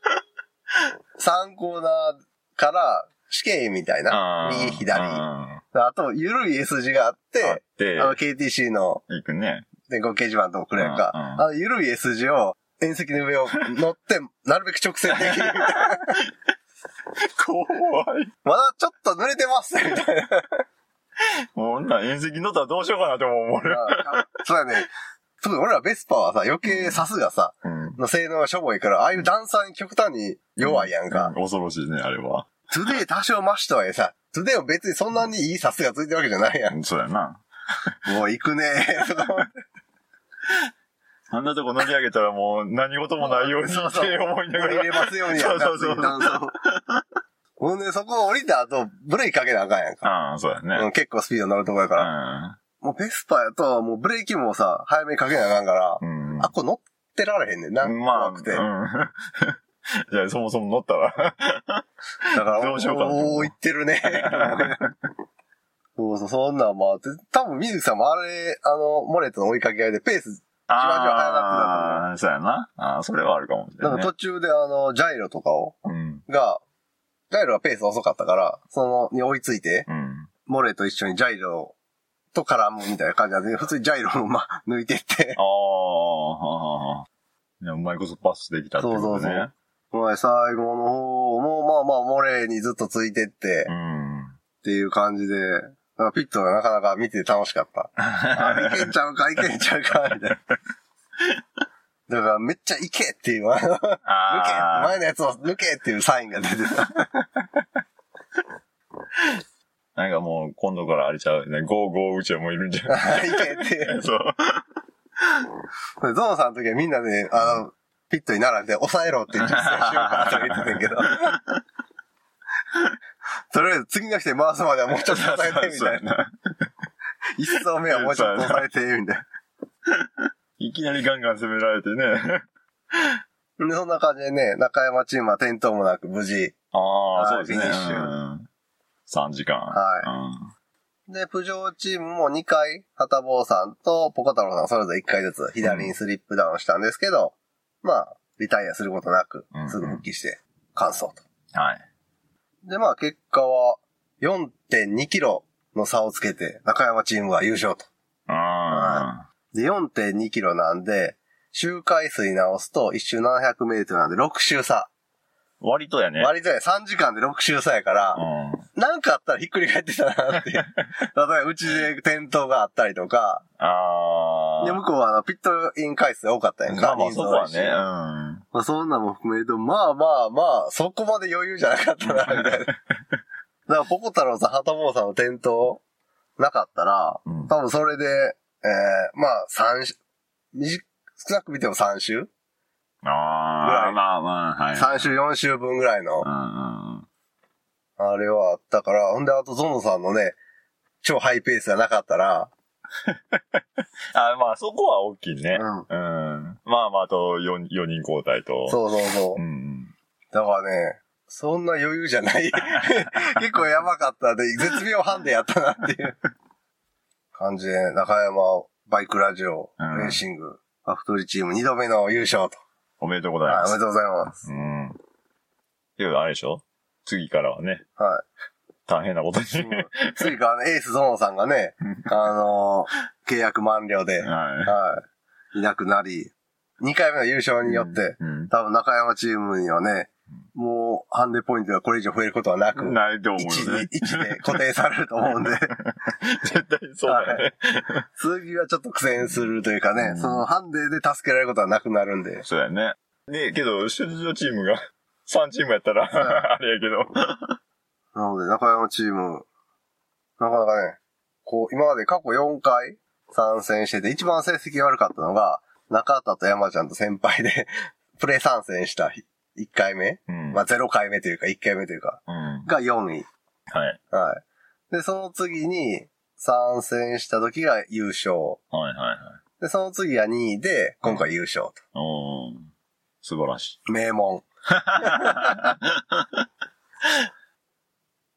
[SPEAKER 1] ー、3コーナーから死刑みたいな、右左。あ
[SPEAKER 2] あ
[SPEAKER 1] と、ゆるい S 字があっ、
[SPEAKER 2] ーあってて
[SPEAKER 1] あ、の KTC の
[SPEAKER 2] 行くね。
[SPEAKER 1] 電光掲示板のとこくれやんか、
[SPEAKER 2] うんうん
[SPEAKER 1] あのゆるい S 字を、縁石の上を乗って、なるべく直線できるみたい な。
[SPEAKER 2] 怖い。
[SPEAKER 1] まだちょっと濡れてますね、みたいな。
[SPEAKER 2] もう女、遠石乗ったらどうしようかなって思う、俺。
[SPEAKER 1] そうやね。特に俺らベスパはさ、余計さすがさ、
[SPEAKER 2] うん。
[SPEAKER 1] の性能がしょぼいから、ああいう段差に極端に弱いやんか。
[SPEAKER 2] う恐ろしいね、あれは。
[SPEAKER 1] トゥデイ多少増しとはいえさ、トゥデイも別にそんなにいいサスがついてるわけじゃないやん。
[SPEAKER 2] そうやな。
[SPEAKER 1] もう行くねーとか思って
[SPEAKER 2] あんなとこ乗り上げたらもう何事もないようにって
[SPEAKER 1] そう
[SPEAKER 2] 思
[SPEAKER 1] そう
[SPEAKER 2] いなが
[SPEAKER 1] 乗り
[SPEAKER 2] ら。
[SPEAKER 1] 入れますようにやんか
[SPEAKER 2] そうそうそう
[SPEAKER 1] つい段差をほんで、そこを降りた後、ブレーキかけなあかんやんか。
[SPEAKER 2] ああ、そうや
[SPEAKER 1] う
[SPEAKER 2] ね。
[SPEAKER 1] ん、結構スピード乗るとこやから。もうベスパやと、もうブレーキもさ、早めにかけなあかんから、
[SPEAKER 2] うん。うん
[SPEAKER 1] あ、これ乗ってられへんねんな。
[SPEAKER 2] まあ、
[SPEAKER 1] 怖くて。だ
[SPEAKER 2] うん。 じゃあ、そもそも乗ったら。
[SPEAKER 1] から、
[SPEAKER 2] どうしようかな
[SPEAKER 1] おー、行って るね。そうそう、そんなんもあって、多分水木さんもあれ、あの、モレットの追いかけ合いでペースわじわ速く
[SPEAKER 2] ああ、そうやな。ああ、それはあるかもしれ
[SPEAKER 1] なん
[SPEAKER 2] ない、
[SPEAKER 1] か途
[SPEAKER 2] ね。
[SPEAKER 1] 中であの、ジャイロとかを、
[SPEAKER 2] うん。
[SPEAKER 1] が、ジャイロはペース遅かったから、その、に追いついて、
[SPEAKER 2] うん。
[SPEAKER 1] モレと一緒にジャイロと絡むみたいな感じなん で、普通にジャイロをまあ、抜いてって、
[SPEAKER 2] ああ、いやうまいことパスできたってことね。
[SPEAKER 1] そうそうそうお前最後の方も、まあまあ、モレにずっとついてって、
[SPEAKER 2] う
[SPEAKER 1] っ
[SPEAKER 2] ん。
[SPEAKER 1] ていう感じで、なんかピットがなかなか見てて楽しか った。あ、いけんちゃうか、いけんちゃうか、みたいな。だから、めっちゃいけっていう、あの抜け
[SPEAKER 2] あ
[SPEAKER 1] 前のやつを抜けっていうサインが出て た。
[SPEAKER 2] あ、なんかもう今度からあれちゃうね。ゴーゴー宇宙もいるんじゃない
[SPEAKER 1] あいけっていう。
[SPEAKER 2] そう。
[SPEAKER 1] これゾウさんの時はみんなで、あの、ピットに並んで、抑えろって実践しようかとか言ってたけど。とりあえず次の人に回すまではもうちょっと抑えて、み
[SPEAKER 2] そう
[SPEAKER 1] た
[SPEAKER 2] や
[SPEAKER 1] いな。
[SPEAKER 2] な。
[SPEAKER 1] 一層目はもうちょっと抑えて、みたい
[SPEAKER 2] いきなりガンガン攻められて ね。
[SPEAKER 1] な。で、そんな感じでね、中山チームは転倒もなく無事。
[SPEAKER 2] ああ、そ
[SPEAKER 1] は
[SPEAKER 2] う
[SPEAKER 1] い
[SPEAKER 2] ですね。
[SPEAKER 1] フィニッシュ
[SPEAKER 2] うん3時間。
[SPEAKER 1] はで、プジョーチームも2回、ハタボーさんとポコ太郎さんそれぞれ1回ずつ左にスリップダウンしたんですけど、まあ、リタイアすることなく
[SPEAKER 2] うんう、ん
[SPEAKER 1] すぐ復帰して、完走と。
[SPEAKER 2] い。はい。
[SPEAKER 1] で、まあ結果は4.2キロの差をつけて中山チームが優勝と。
[SPEAKER 2] あ
[SPEAKER 1] で、4.2キロなんで、周回数に直すと1周700メートルなんで6周差。
[SPEAKER 2] ー割とやね。
[SPEAKER 1] 割とね、3時間で6周差やから、
[SPEAKER 2] うん
[SPEAKER 1] なんかあったらひっくり返ってたなっていう。例えばうちで転倒があったりとか、
[SPEAKER 2] ああ。
[SPEAKER 1] で、向こうはあの、ピットイン回数多かったやん
[SPEAKER 2] ま
[SPEAKER 1] か。
[SPEAKER 2] あまあ
[SPEAKER 1] 人数
[SPEAKER 2] そこ
[SPEAKER 1] 多
[SPEAKER 2] はい
[SPEAKER 1] し
[SPEAKER 2] ね、うん。
[SPEAKER 1] まあそんなんも含めると、まあまあまあ、そこまで余裕じゃなかったな、みた いな。だから、ポコ太郎さん、ハタボーさんの転倒なかったら、
[SPEAKER 2] うん
[SPEAKER 1] 多分それで、えー、まあ、三週、短少なく見ても3週ぐ
[SPEAKER 2] あ
[SPEAKER 1] ら
[SPEAKER 2] あ、
[SPEAKER 1] い
[SPEAKER 2] まあまあ、はい。
[SPEAKER 1] ?3 週、4週分ぐらいの
[SPEAKER 2] う、んうん
[SPEAKER 1] あれはあったから、ほんで、あと、ゾノさんのね、超ハイペースがなかったら、
[SPEAKER 2] あまあそこは大きいね。
[SPEAKER 1] うん。
[SPEAKER 2] うん。まあまあ、あと4、四人交代と。
[SPEAKER 1] そうそうそう
[SPEAKER 2] う。ん。
[SPEAKER 1] だからね、そんな余裕じゃない。 結構やばかったで、絶妙ハンデやったなっていう感じで、中山バイクラジオ、
[SPEAKER 2] うん
[SPEAKER 1] レーシング、アフトリチーム2度目の優勝と。
[SPEAKER 2] おめでとうござい
[SPEAKER 1] あおめ
[SPEAKER 2] ます
[SPEAKER 1] で。とうございます。
[SPEAKER 2] うん。けど、あれでしょ次からはね、
[SPEAKER 1] は
[SPEAKER 2] 大変なことに。
[SPEAKER 1] い。次からね、エースゾノさんがね、あのー契約満了で、
[SPEAKER 2] は
[SPEAKER 1] はい、いなくなり、2回目の優勝
[SPEAKER 2] い。
[SPEAKER 1] によって、
[SPEAKER 2] うん、
[SPEAKER 1] 多分中山チームにはね、もうハンデポイントがこれ以上増えることはなく、
[SPEAKER 2] ないと思う
[SPEAKER 1] 1
[SPEAKER 2] よね
[SPEAKER 1] で、。1で固定されると思うんで。
[SPEAKER 2] 絶対そうだよね。
[SPEAKER 1] 次はちょっと苦戦するというかね、
[SPEAKER 2] うん
[SPEAKER 1] そのハンデで助けられることはなくなるんで。
[SPEAKER 2] そうだよね。 ねけど、出場チームが3チームやったら、あれやけど。
[SPEAKER 1] なので、中山チーム、なかなかね、こう、今まで過去4回参戦してて、一番成績が悪かったのが、中田と山ちゃんと先輩で、 プレ参戦した1回目、
[SPEAKER 2] うん。
[SPEAKER 1] まあ0回目というか、1回目というか、
[SPEAKER 2] うん。
[SPEAKER 1] が4位。
[SPEAKER 2] はい。
[SPEAKER 1] はい。で、その次に参戦した時が優勝。
[SPEAKER 2] はいはいはい。
[SPEAKER 1] で、その次が2位で、今回優勝と。
[SPEAKER 2] おー素晴らしい。
[SPEAKER 1] 名門。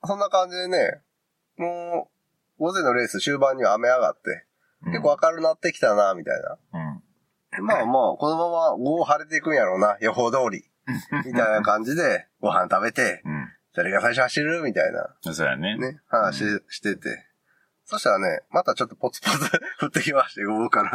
[SPEAKER 1] そんな感じでね、もう、午前のレース終盤には雨上がって、結構明るくなってきたな、みたいな。
[SPEAKER 2] うん、
[SPEAKER 1] まあまあ、このまま午後晴れていくんやろうな、予報通 り。みたいな感じで、ご飯食べて、
[SPEAKER 2] うん。
[SPEAKER 1] 誰が最初走るみたいな、
[SPEAKER 2] うん。そうやね。
[SPEAKER 1] ね、話してて。そしたらね、またちょっとポツポツ 降ってきまして、午後から。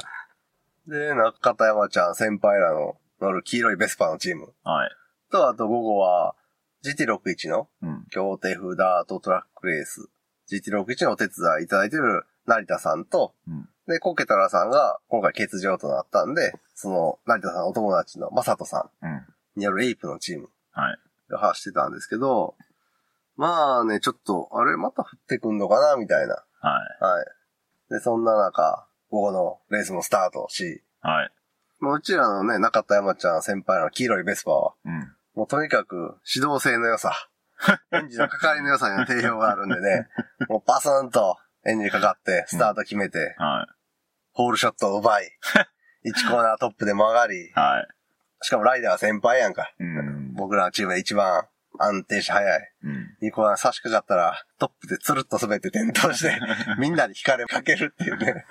[SPEAKER 1] で、中田山ちゃん先輩らの乗る黄色いベスパのチーム。
[SPEAKER 2] はい。
[SPEAKER 1] と、あと午後は、GT61 の
[SPEAKER 2] うん。
[SPEAKER 1] 京手フダートトラックレース、GT61 のお手伝いいただいてる成田さんと、
[SPEAKER 2] うん
[SPEAKER 1] で、コケタラさんが今回欠場となったんで、その成田さんのお友達のマサトさ
[SPEAKER 2] うん。
[SPEAKER 1] んによるエイプのチーム
[SPEAKER 2] はい。
[SPEAKER 1] が走ってたんですけど、まあね、ちょっと、あれまた降ってくんのかなみたいな。
[SPEAKER 2] はい。
[SPEAKER 1] はい。で、そんな中、午後のレースもスタートし、
[SPEAKER 2] はい。
[SPEAKER 1] もううちらのね、中田山ちゃん先輩の黄色いベスパーは、
[SPEAKER 2] うん。
[SPEAKER 1] もうとにかく、指導性の良 さ、エンジンのかかりの良さには定評があるんでね、もうバスンとエンジンかかって、スタート決めて、
[SPEAKER 2] は
[SPEAKER 1] ホールショットを 奪い、1コーナートップで曲がり
[SPEAKER 2] い。、はい。
[SPEAKER 1] しかもライダーは先輩やんか。
[SPEAKER 2] うん。
[SPEAKER 1] 僕らのチームで一番安定して速い。
[SPEAKER 2] うん。
[SPEAKER 1] 2コーナー差し掛かったら、トップでつるっと滑って転倒 して、みんなに惹かれかけるっていうね。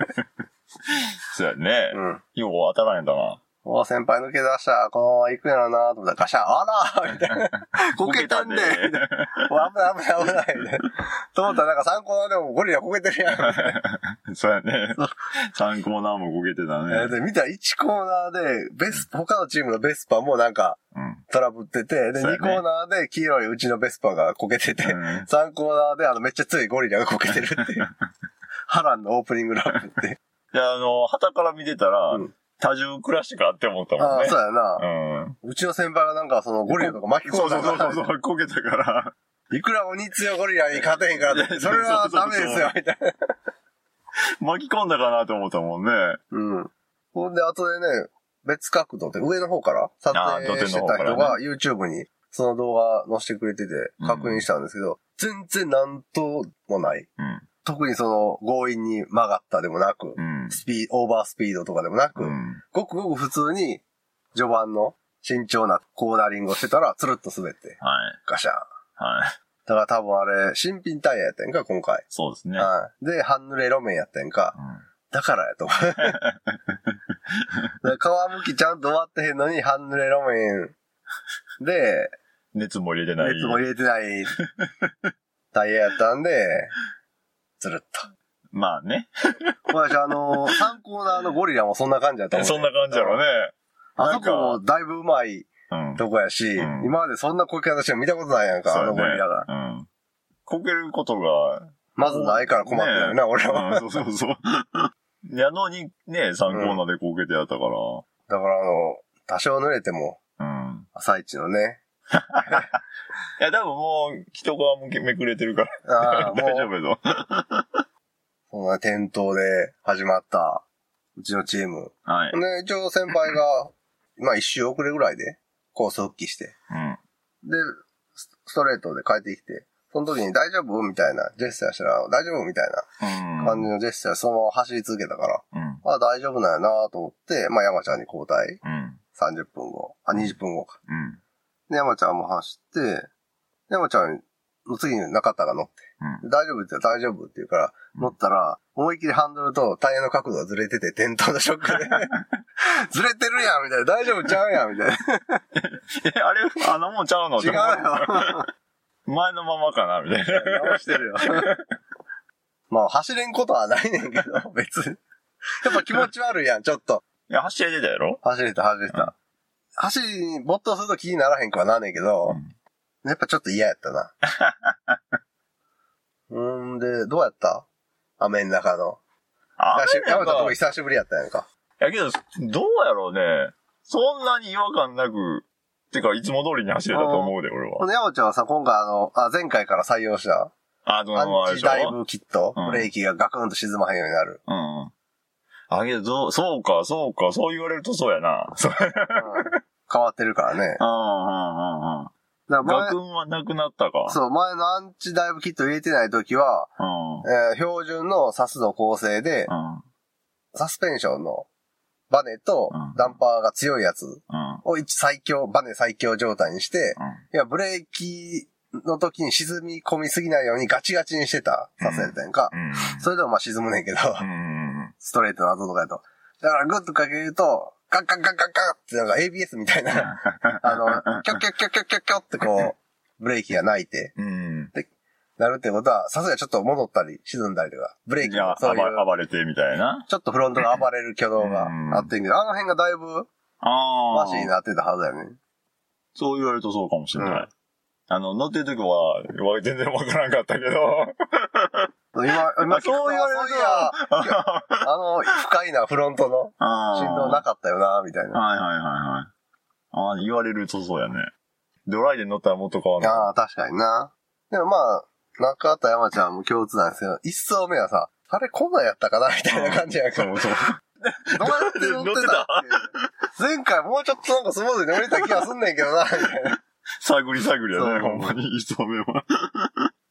[SPEAKER 2] そうやね
[SPEAKER 1] う。ん。
[SPEAKER 2] よう当たらへんだな。
[SPEAKER 1] お先輩抜け出した、このまま行くやろなと思ったらガシャン、あらみたい な。こけたんで、みたいな。もう危ない危ない危ないみたいな。と思ったらなんか参考なでもゴリラこけてるやんみたい
[SPEAKER 2] そうやね。3コーナーもこけてた
[SPEAKER 1] な。
[SPEAKER 2] ね。
[SPEAKER 1] で、見たら1コーナーで、ベス、他のチームのベスパもなんか
[SPEAKER 2] うん。
[SPEAKER 1] トラブってて、で、
[SPEAKER 2] そうやね
[SPEAKER 1] 2コーナーで黄色いうちのベスパがこけてて、
[SPEAKER 2] うん
[SPEAKER 1] 3コーナーであのめっちゃ強いゴリラがこけてるって いう。波乱のオープニングラップって。
[SPEAKER 2] で、あの、旗から見てたら
[SPEAKER 1] うん、
[SPEAKER 2] 多重クラッシュかって思ったもん
[SPEAKER 1] あ
[SPEAKER 2] ね。
[SPEAKER 1] あ、そうやな、
[SPEAKER 2] うん。
[SPEAKER 1] うちの先輩がなんかそのゴリラとか巻き
[SPEAKER 2] そ
[SPEAKER 1] 込ん
[SPEAKER 2] うそ
[SPEAKER 1] だ
[SPEAKER 2] う
[SPEAKER 1] か
[SPEAKER 2] そう
[SPEAKER 1] ら、
[SPEAKER 2] そう、こけたから。
[SPEAKER 1] いくら鬼強いゴリラに勝てへんからって、それはダメですよ、みたいな。
[SPEAKER 2] 巻き込んだかなと思ったもんね。
[SPEAKER 1] うん。ほんで、後でね、別角度で上の方から撮
[SPEAKER 2] あー土
[SPEAKER 1] 影
[SPEAKER 2] 手の
[SPEAKER 1] して
[SPEAKER 2] 方
[SPEAKER 1] た
[SPEAKER 2] からね
[SPEAKER 1] 人が YouTube にその動画載せてくれてて
[SPEAKER 2] うん
[SPEAKER 1] 確認したんですけど、全然なんともない。
[SPEAKER 2] うん。
[SPEAKER 1] 特にその強引に曲がったでもなく
[SPEAKER 2] う、ん。
[SPEAKER 1] スピード、オーバースピードとかでもなく、
[SPEAKER 2] うん。
[SPEAKER 1] ごくごく普通に序盤の慎重なコーナリングをしてたら、つるっと滑って、
[SPEAKER 2] はい。
[SPEAKER 1] ガシャン。
[SPEAKER 2] はい。
[SPEAKER 1] だから多分あれ、新品タイヤやったんか、今回。
[SPEAKER 2] そうですね。
[SPEAKER 1] はい。で、半濡れ路面やったんか。だから やと思う。だから皮むきちゃんと終わってへんのに、半濡れ路面で、
[SPEAKER 2] うん熱も入れてない。
[SPEAKER 1] 熱も入れてないタイヤやったんで、つるっ
[SPEAKER 2] まあね。
[SPEAKER 1] と。私、あの、3コーナーのゴリラも そんな感じだと思う。
[SPEAKER 2] そんな感じやろね。
[SPEAKER 1] あそこもだいぶうまい
[SPEAKER 2] うん。
[SPEAKER 1] とこやし、
[SPEAKER 2] うん
[SPEAKER 1] 今までそんなこけ方しても見たことないやんか、あの
[SPEAKER 2] そう
[SPEAKER 1] ゴ
[SPEAKER 2] やね
[SPEAKER 1] リラが。
[SPEAKER 2] うん。こけることが、
[SPEAKER 1] まずないから困ってるよな、俺は。
[SPEAKER 2] うん、そうそう そう。やのにね、3コーナーでこけてやったか
[SPEAKER 1] だから、あの、多少濡れても、
[SPEAKER 2] ら。うん。
[SPEAKER 1] 朝一のね、
[SPEAKER 2] いや、多分もう、人が向けめくれてるから、
[SPEAKER 1] ああ、
[SPEAKER 2] 大
[SPEAKER 1] もう
[SPEAKER 2] 丈夫やぞ。
[SPEAKER 1] そんな店頭で始まった、うちのチーム。
[SPEAKER 2] はい。
[SPEAKER 1] で、一応先輩が、まあ一周遅れぐらいで、コース復帰して。
[SPEAKER 2] うん。
[SPEAKER 1] で、スストレートで帰ってきて、その時に大丈夫みたいなジェスチャーしたら、大丈夫みたい
[SPEAKER 2] うん。
[SPEAKER 1] な感じのジェスチャーそのまま走り続けたから、
[SPEAKER 2] うん。
[SPEAKER 1] ああ大丈夫なんやなと思って、まあ山ちゃんに交代。
[SPEAKER 2] うん。
[SPEAKER 1] 30分後。あ、20分後か。
[SPEAKER 2] うん。
[SPEAKER 1] で、山ちゃんも走って、山ちゃんの次に中田が乗って、
[SPEAKER 2] う
[SPEAKER 1] 大丈夫って言ったら大丈夫って言うから、
[SPEAKER 2] うん
[SPEAKER 1] 乗ったら、思いっきりハンドルとタイヤの角度がずれてて、転倒のショック で、ずれてるやんみたいな、大丈夫ちゃうやんみたい な。
[SPEAKER 2] え、あれ、あのもんちゃうの
[SPEAKER 1] 違うよ。
[SPEAKER 2] 前のままかなみたいな。
[SPEAKER 1] 直してるよ。 まあ、走れんことはないねんけど、別に。やっぱ気持ち悪いやん、ちょっと。
[SPEAKER 2] いや、走り出たやろ
[SPEAKER 1] 走れた、走れ
[SPEAKER 2] うん
[SPEAKER 1] た。走りに没頭すると気にならへんくはなんねんけど、
[SPEAKER 2] ん。
[SPEAKER 1] やっぱちょっと嫌やったな。 うーんで、どうやった雨の中の。
[SPEAKER 2] あれ
[SPEAKER 1] 久し
[SPEAKER 2] なん
[SPEAKER 1] 山ちゃんと
[SPEAKER 2] か
[SPEAKER 1] こ久しぶりやったやんか。
[SPEAKER 2] いやけど、どうやろうね。そんなに違和感なくてか、いつも通りに走れたと思うで、俺
[SPEAKER 1] ほ
[SPEAKER 2] は。
[SPEAKER 1] んで、山ちゃんはさ、今回あの、あ、前回から採用した、
[SPEAKER 2] あの、あ
[SPEAKER 1] ア
[SPEAKER 2] れ
[SPEAKER 1] ンチ
[SPEAKER 2] でしょ
[SPEAKER 1] ダイブキット、
[SPEAKER 2] うん
[SPEAKER 1] ブレーキがガクンと沈まへんようになる。
[SPEAKER 2] うん。あ、けど、そうか、そうか、そう言われるとそう やな。そう
[SPEAKER 1] うん変わってるからね。
[SPEAKER 2] あ
[SPEAKER 1] だ
[SPEAKER 2] あ、
[SPEAKER 1] から
[SPEAKER 2] ガクンはなくなったか。
[SPEAKER 1] そう、前のアンチダイブキット入れてない時は、
[SPEAKER 2] うん。
[SPEAKER 1] えー標準のサスの構成で、
[SPEAKER 2] うん。
[SPEAKER 1] サスペンションのバネと
[SPEAKER 2] うん
[SPEAKER 1] ダンパーが強いやつ
[SPEAKER 2] うん。
[SPEAKER 1] を一最強、バネ最強状態にして、
[SPEAKER 2] うん。
[SPEAKER 1] いや、ブレーキの時に沈み込みすぎないようにガチガチにしてた、サスやったやんか。
[SPEAKER 2] うん。
[SPEAKER 1] それでもまあ沈むねんけど、
[SPEAKER 2] うん。
[SPEAKER 1] ストレートの後とかやと。だからグッとかけると、カンカンカンカンカンってなんか ABS みたい な、あの、キョッキョッキョッキョッキョッキョッってこう、ブレーキが泣いて、
[SPEAKER 2] うん。
[SPEAKER 1] なるってことは、さすがにちょっと戻ったり、沈んだりとか、ブレーキ
[SPEAKER 2] じゃ
[SPEAKER 1] も
[SPEAKER 2] あ、
[SPEAKER 1] そういう、
[SPEAKER 2] 暴暴れてみたいな。
[SPEAKER 1] ちょっとフロントが暴れる挙動があってんけど、あの辺がだいぶ、
[SPEAKER 2] あ
[SPEAKER 1] マ
[SPEAKER 2] あ。
[SPEAKER 1] シになってたはずだよね。
[SPEAKER 2] そう言われるとそうかもしれない。
[SPEAKER 1] うん
[SPEAKER 2] あの、乗ってる時は、わ全然わからんかった けど。
[SPEAKER 1] 今、今、
[SPEAKER 2] そう言われる
[SPEAKER 1] そうい
[SPEAKER 2] と
[SPEAKER 1] や、あの、不快なフロントの
[SPEAKER 2] あ
[SPEAKER 1] 振動
[SPEAKER 2] ー
[SPEAKER 1] なかったよな、みたいな。
[SPEAKER 2] はいはいはいはい。ああ、言われるとそうやね。ドライで乗ったらもっと変わんない。
[SPEAKER 1] ああ、確かにな。でもまあ、中田山ちゃんも共通なんですけど、一層目はさ、あれこんなんやったかなみたいな感じやから。
[SPEAKER 2] そうそう。
[SPEAKER 1] どうやって乗ってたっていう前回もうちょっとなんかスムーズに乗れた気がすんねんけどな、みたいな。
[SPEAKER 2] 探り探りやね、
[SPEAKER 1] そう
[SPEAKER 2] ほんまに、一目は。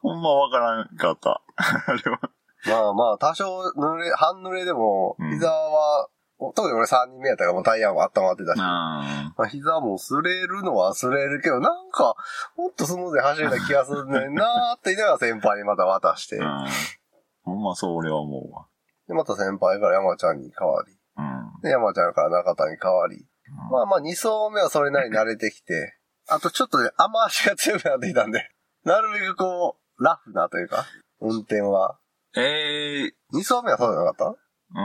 [SPEAKER 2] ほんまわからんかった。 あれは。
[SPEAKER 1] まあまあ、多少濡れ、半濡れでも
[SPEAKER 2] う、ん
[SPEAKER 1] 膝は、特に俺3人目やったからもうタイヤも温まってたし。
[SPEAKER 2] あ
[SPEAKER 1] まあ、膝も擦れるのは擦れるけど、なんか、もっとスムーズに走れた気がするねんなーって言いながら先輩にまた渡して、
[SPEAKER 2] あ。ほんまそう俺は思うわ。
[SPEAKER 1] で、また先輩から山ちゃんに変わり、
[SPEAKER 2] うん。
[SPEAKER 1] で、山ちゃんから中田に変わり、まあまあ2層目はそれなりに慣れてきて、あとちょっとね、雨足が強くなってきたんで、なるべくこう、ラフなというか、運転は。
[SPEAKER 2] ええ
[SPEAKER 1] 2層目はそうじゃなかっ
[SPEAKER 2] うー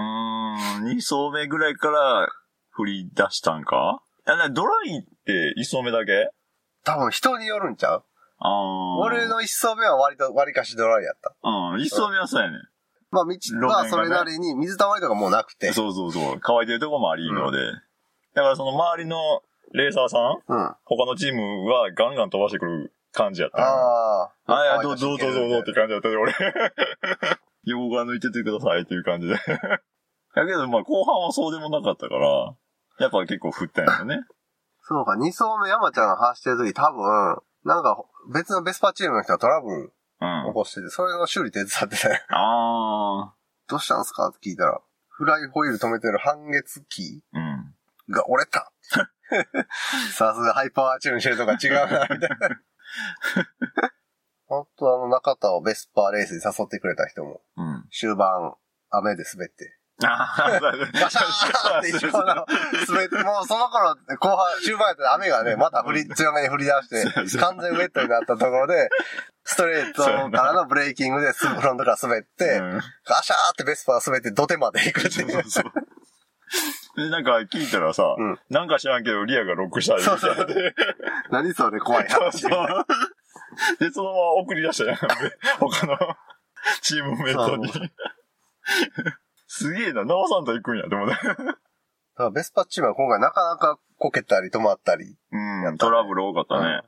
[SPEAKER 2] ん、2層目ぐらいから振り出したんかあなドライって1層目だけ
[SPEAKER 1] た多分人によるんちゃう
[SPEAKER 2] ああ。
[SPEAKER 1] 俺、の1層目は割と、割かしドライやった。
[SPEAKER 2] うん、1層目はそうやね。
[SPEAKER 1] まあ道はそれなりに水溜まりとかもうなくて。
[SPEAKER 2] そうそうそう。乾いてるとこもありので。だからその周りのレーサーさん、
[SPEAKER 1] うん。あ
[SPEAKER 2] 他のチームはガンガン飛ばしてくる感じやったよ。
[SPEAKER 1] あ。
[SPEAKER 2] はいはい、どうぞどうぞどうぞって感じだったで、俺。 横側抜いててくださいっていう感じで。 だけど、まあ、後半はそうでもなかったから、やっぱ結構振ったんやろね。
[SPEAKER 1] そうか、2層目山ちゃんが走ってる時多分、なんか別のベスパーチームの人がトラブル
[SPEAKER 2] うん。
[SPEAKER 1] 起
[SPEAKER 2] あ
[SPEAKER 1] こしてて、それの修理手伝ってたよ。
[SPEAKER 2] あ
[SPEAKER 1] どうしたんすかって聞いたら、フライホイール止めてる半月キ
[SPEAKER 2] ー。うん。
[SPEAKER 1] ーが折れ た。さすがハイパワーチューンしてるとか違うな、 みたいな。本当あの中田をベスパーレースに誘ってくれた人も、
[SPEAKER 2] うん。
[SPEAKER 1] 終盤、雨で滑って。
[SPEAKER 2] ああ、そうやね
[SPEAKER 1] ガシャーンって一応 の、滑って、もうその頃、後半、終盤やったら雨がね、また降り、強めに降り出して、完全ウェットになったところで、ストレートからのブレーキングで、スフロントから滑って、
[SPEAKER 2] うん
[SPEAKER 1] ガシャーってベスパー滑って土手まで行くって
[SPEAKER 2] そ
[SPEAKER 1] いうう
[SPEAKER 2] そう。そう。で、なんか聞いたらさ、
[SPEAKER 1] うん
[SPEAKER 2] なんか知らんけど、リアがロックしたで、
[SPEAKER 1] そうそう
[SPEAKER 2] みたいで
[SPEAKER 1] 何それ怖い
[SPEAKER 2] そう
[SPEAKER 1] 話。
[SPEAKER 2] そ。
[SPEAKER 1] そう
[SPEAKER 2] で、そのまま送り出したやん。他のチームメイトに
[SPEAKER 1] そ。
[SPEAKER 2] すげえな、直さんと行くんや、でもね。
[SPEAKER 1] うベスパチームは今回なかなかこけたり止まったり。
[SPEAKER 2] うん、トラブル多かったね。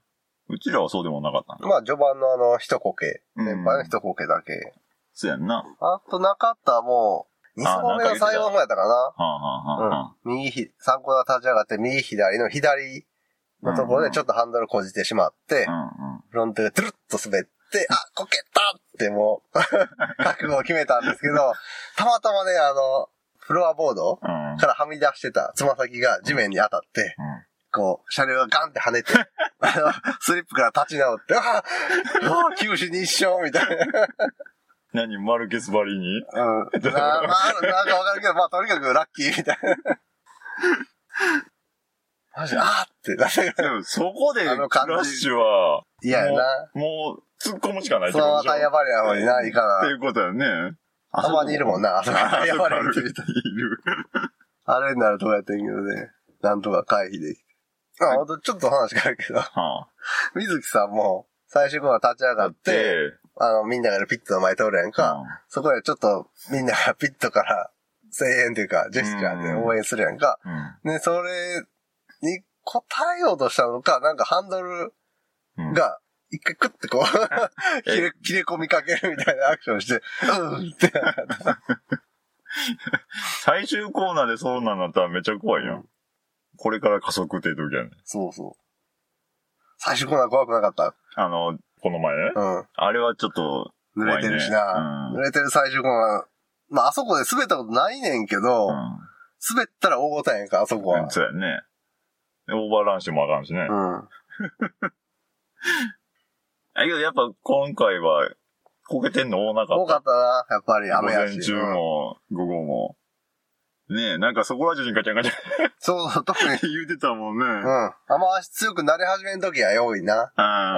[SPEAKER 2] うちらはそうでもなかったな。
[SPEAKER 1] まあ序盤のあの、一こけ。
[SPEAKER 2] うん
[SPEAKER 1] 先輩の一こけだけ。
[SPEAKER 2] そうやんな。は
[SPEAKER 1] あとなかったもう、二層目の最後の方やったかな。
[SPEAKER 2] あ、はあはあはあ、
[SPEAKER 1] 右ひ、三個が立ち上がって右左の左のところでちょっとハンドルこじってしまって、
[SPEAKER 2] うんうん。
[SPEAKER 1] フロントでトゥルッと滑って、あ、こけたってもう、 覚悟を決めたんですけど、たまたまね、あの、フロアボード
[SPEAKER 2] うん。
[SPEAKER 1] からはみ出してたつま先が地面に当たって、こう、車両がガンって跳ねて、あの、スリップから立ち直って、ああ、九死に一生みたいな。
[SPEAKER 2] 何、マルケスバリ
[SPEAKER 1] う
[SPEAKER 2] に
[SPEAKER 1] ん。なまあ、なんかわかるけど、まあ、とにかくラッキーみたいな。マジで、ああって、なって
[SPEAKER 2] でも、そこで、ク
[SPEAKER 1] あ
[SPEAKER 2] ラ
[SPEAKER 1] の感じ
[SPEAKER 2] ッシュは、
[SPEAKER 1] 嫌やな。
[SPEAKER 2] もう、突っ込むしかないって
[SPEAKER 1] そ
[SPEAKER 2] こ
[SPEAKER 1] のまま
[SPEAKER 2] とでしょ
[SPEAKER 1] タイヤバリアの方にな、いいか
[SPEAKER 2] ってい
[SPEAKER 1] な。
[SPEAKER 2] うことやね。
[SPEAKER 1] たまにいるもんな、あそこタ
[SPEAKER 2] あ
[SPEAKER 1] イヤ
[SPEAKER 2] そこ
[SPEAKER 1] バ
[SPEAKER 2] 歩
[SPEAKER 1] リア
[SPEAKER 2] い
[SPEAKER 1] に
[SPEAKER 2] ている。
[SPEAKER 1] あれになるとこやってんけどね。なんとか回避できて。あ、ほんとちょっと話変わるけど、
[SPEAKER 2] はあ。
[SPEAKER 1] 水木さんも、最終号が立ち上がって、、あの、みんながいるピットの前通るやんか。そこでちょっとみんながピットから声援というかジェスチャーで応援するやんか。
[SPEAKER 2] うん。
[SPEAKER 1] で、それに答えようとしたのか、なんかハンドル
[SPEAKER 2] うん
[SPEAKER 1] が、一回クッてこ う、切れ、切れ込みかけるみたいなアクションして、うんって。
[SPEAKER 2] 最終コーナーでそうなんだったらめっちゃ怖いやん。これから加速っていう時やね。
[SPEAKER 1] そうそう。最初コーナー怖くなかっ
[SPEAKER 2] あの、この前ね。
[SPEAKER 1] た。う
[SPEAKER 2] あれはちょっと、
[SPEAKER 1] ん。濡れてるしな。
[SPEAKER 2] 怖いねうん
[SPEAKER 1] 濡れてる最終コーナー。まあ、あそこで滑ったことないねんけど、
[SPEAKER 2] う
[SPEAKER 1] 滑ったら大ごたえやんか、あそこは
[SPEAKER 2] ん。。そうやね。でオーバーランしてもあかんしね。
[SPEAKER 1] うん。
[SPEAKER 2] だけどやっぱ今回は、こけてんの多なか
[SPEAKER 1] 多
[SPEAKER 2] っ
[SPEAKER 1] か
[SPEAKER 2] た。
[SPEAKER 1] ったな、やっぱり
[SPEAKER 2] 午
[SPEAKER 1] 雨やし
[SPEAKER 2] 前。中も、午後も。ねえ、なんかそこら中にガチャンガチャンっ
[SPEAKER 1] うんそうそう、特に
[SPEAKER 2] て言うてたもんね。
[SPEAKER 1] うん。あんま足強くなり始めん時は良いな。やっ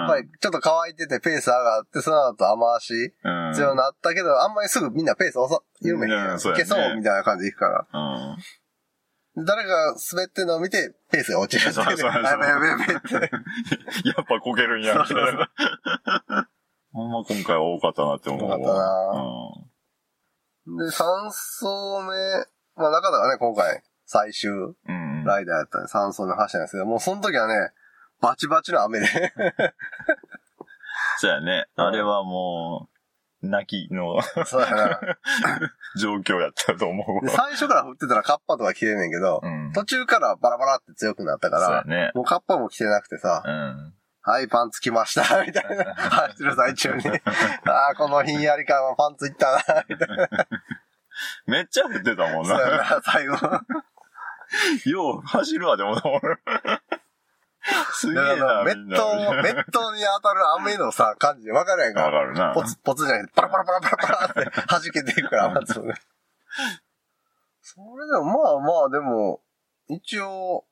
[SPEAKER 1] ぱりちょっと乾いててペース上がって、その後雨足
[SPEAKER 2] うん。
[SPEAKER 1] 強くなったけど、あんまりすぐみんなペース遅、緩めへんや。
[SPEAKER 2] うんんそう
[SPEAKER 1] 消
[SPEAKER 2] やね
[SPEAKER 1] そうみたいな感じで行くから。
[SPEAKER 2] うん。
[SPEAKER 1] 誰かが滑ってるのを見て、ペースが落ちるっていうね。
[SPEAKER 2] そうそうそ う
[SPEAKER 1] あやべやべやべって。
[SPEAKER 2] やっぱこけるんや。みたい
[SPEAKER 1] そうそう
[SPEAKER 2] なほんま今回は多かったなって思うわ。
[SPEAKER 1] 多かったで、3層目、まあ中田がね、今回、最終
[SPEAKER 2] うん。うんうん。
[SPEAKER 1] ライダーやったんで、3層目走ったんですけど、もうその時はね、バチバチの雨 で。
[SPEAKER 2] そうやね。あれはもう、泣きの
[SPEAKER 1] そうやな。
[SPEAKER 2] 状況やったと思う
[SPEAKER 1] で、
[SPEAKER 2] わ。
[SPEAKER 1] 最初から降ってたらカッパとか着てんねんけど、
[SPEAKER 2] うん。そ
[SPEAKER 1] 途中からバラバラって強くなったか
[SPEAKER 2] うや
[SPEAKER 1] ら、
[SPEAKER 2] ね。
[SPEAKER 1] もうカッパも着てなくてさ、
[SPEAKER 2] うん。
[SPEAKER 1] はい、パンツ着ました、 みたいな。走る最中に。 ああ、このひんやり感はパンツいったな、みたい
[SPEAKER 2] めっちゃ降ってたもん
[SPEAKER 1] な。そうや
[SPEAKER 2] な。
[SPEAKER 1] な、最後。
[SPEAKER 2] よう走るわ、でも俺。すげえ
[SPEAKER 1] だから
[SPEAKER 2] な、
[SPEAKER 1] メ
[SPEAKER 2] みん
[SPEAKER 1] ット
[SPEAKER 2] な。
[SPEAKER 1] を、メットに当たる雨のさ、感じで分かるやん
[SPEAKER 2] わ
[SPEAKER 1] か。
[SPEAKER 2] かるな
[SPEAKER 1] ポ。ツ、ポツじゃなくて、パラパラパラパラパラって弾けていくから、雨粒が。それでも、まあまあ、でも、一応、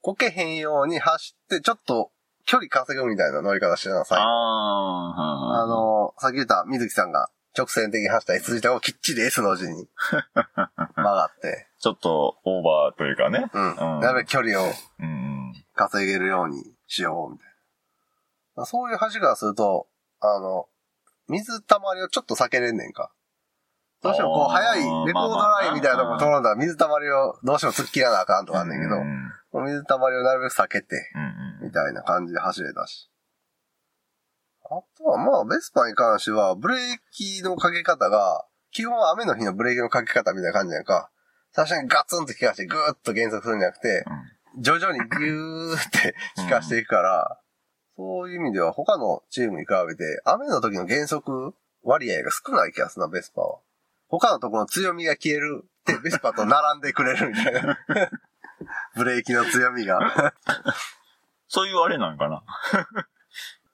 [SPEAKER 1] こけへんように走って、ちょっと、距離稼ぐみたいな乗り方してたな、最後。あ
[SPEAKER 2] あー
[SPEAKER 1] の、さっき言った水木さんが直線的に走った S 字をきっちり S の字 に曲がって、
[SPEAKER 2] ちょっとオーバーというかね。
[SPEAKER 1] うん。
[SPEAKER 2] うん
[SPEAKER 1] なるべく距離を
[SPEAKER 2] うん。
[SPEAKER 1] 稼げるようにしよう、みたいな。そういう走りからすると、あの、水溜まりをちょっと避けれんねんか。どうしてもこう、
[SPEAKER 2] あー
[SPEAKER 1] 速いレコードラインみたいなとこ通るんだら水溜まりをどうしても突っ切らなあかんとかあんねんけど
[SPEAKER 2] う、ん
[SPEAKER 1] 水溜まりをなるべく避けて、
[SPEAKER 2] うん
[SPEAKER 1] みたいな感じで走れたし。あとはまあ、ベスパに関しては、ブレーキのかけ方が、基本は雨の日のブレーキのかけ方みたいな感じやんか。最初にガツンと効かしてぐーっと減速するんじゃなくて、徐々にぎゅーって効かしていくから、そういう意味では他のチームに比べて、雨の時の減速割合が少ない気がするな、ベスパは。他のところの強みが消えるって、ベスパと並んでくれるみたい な。ブレーキの強みが。
[SPEAKER 2] そういうあれなんかな。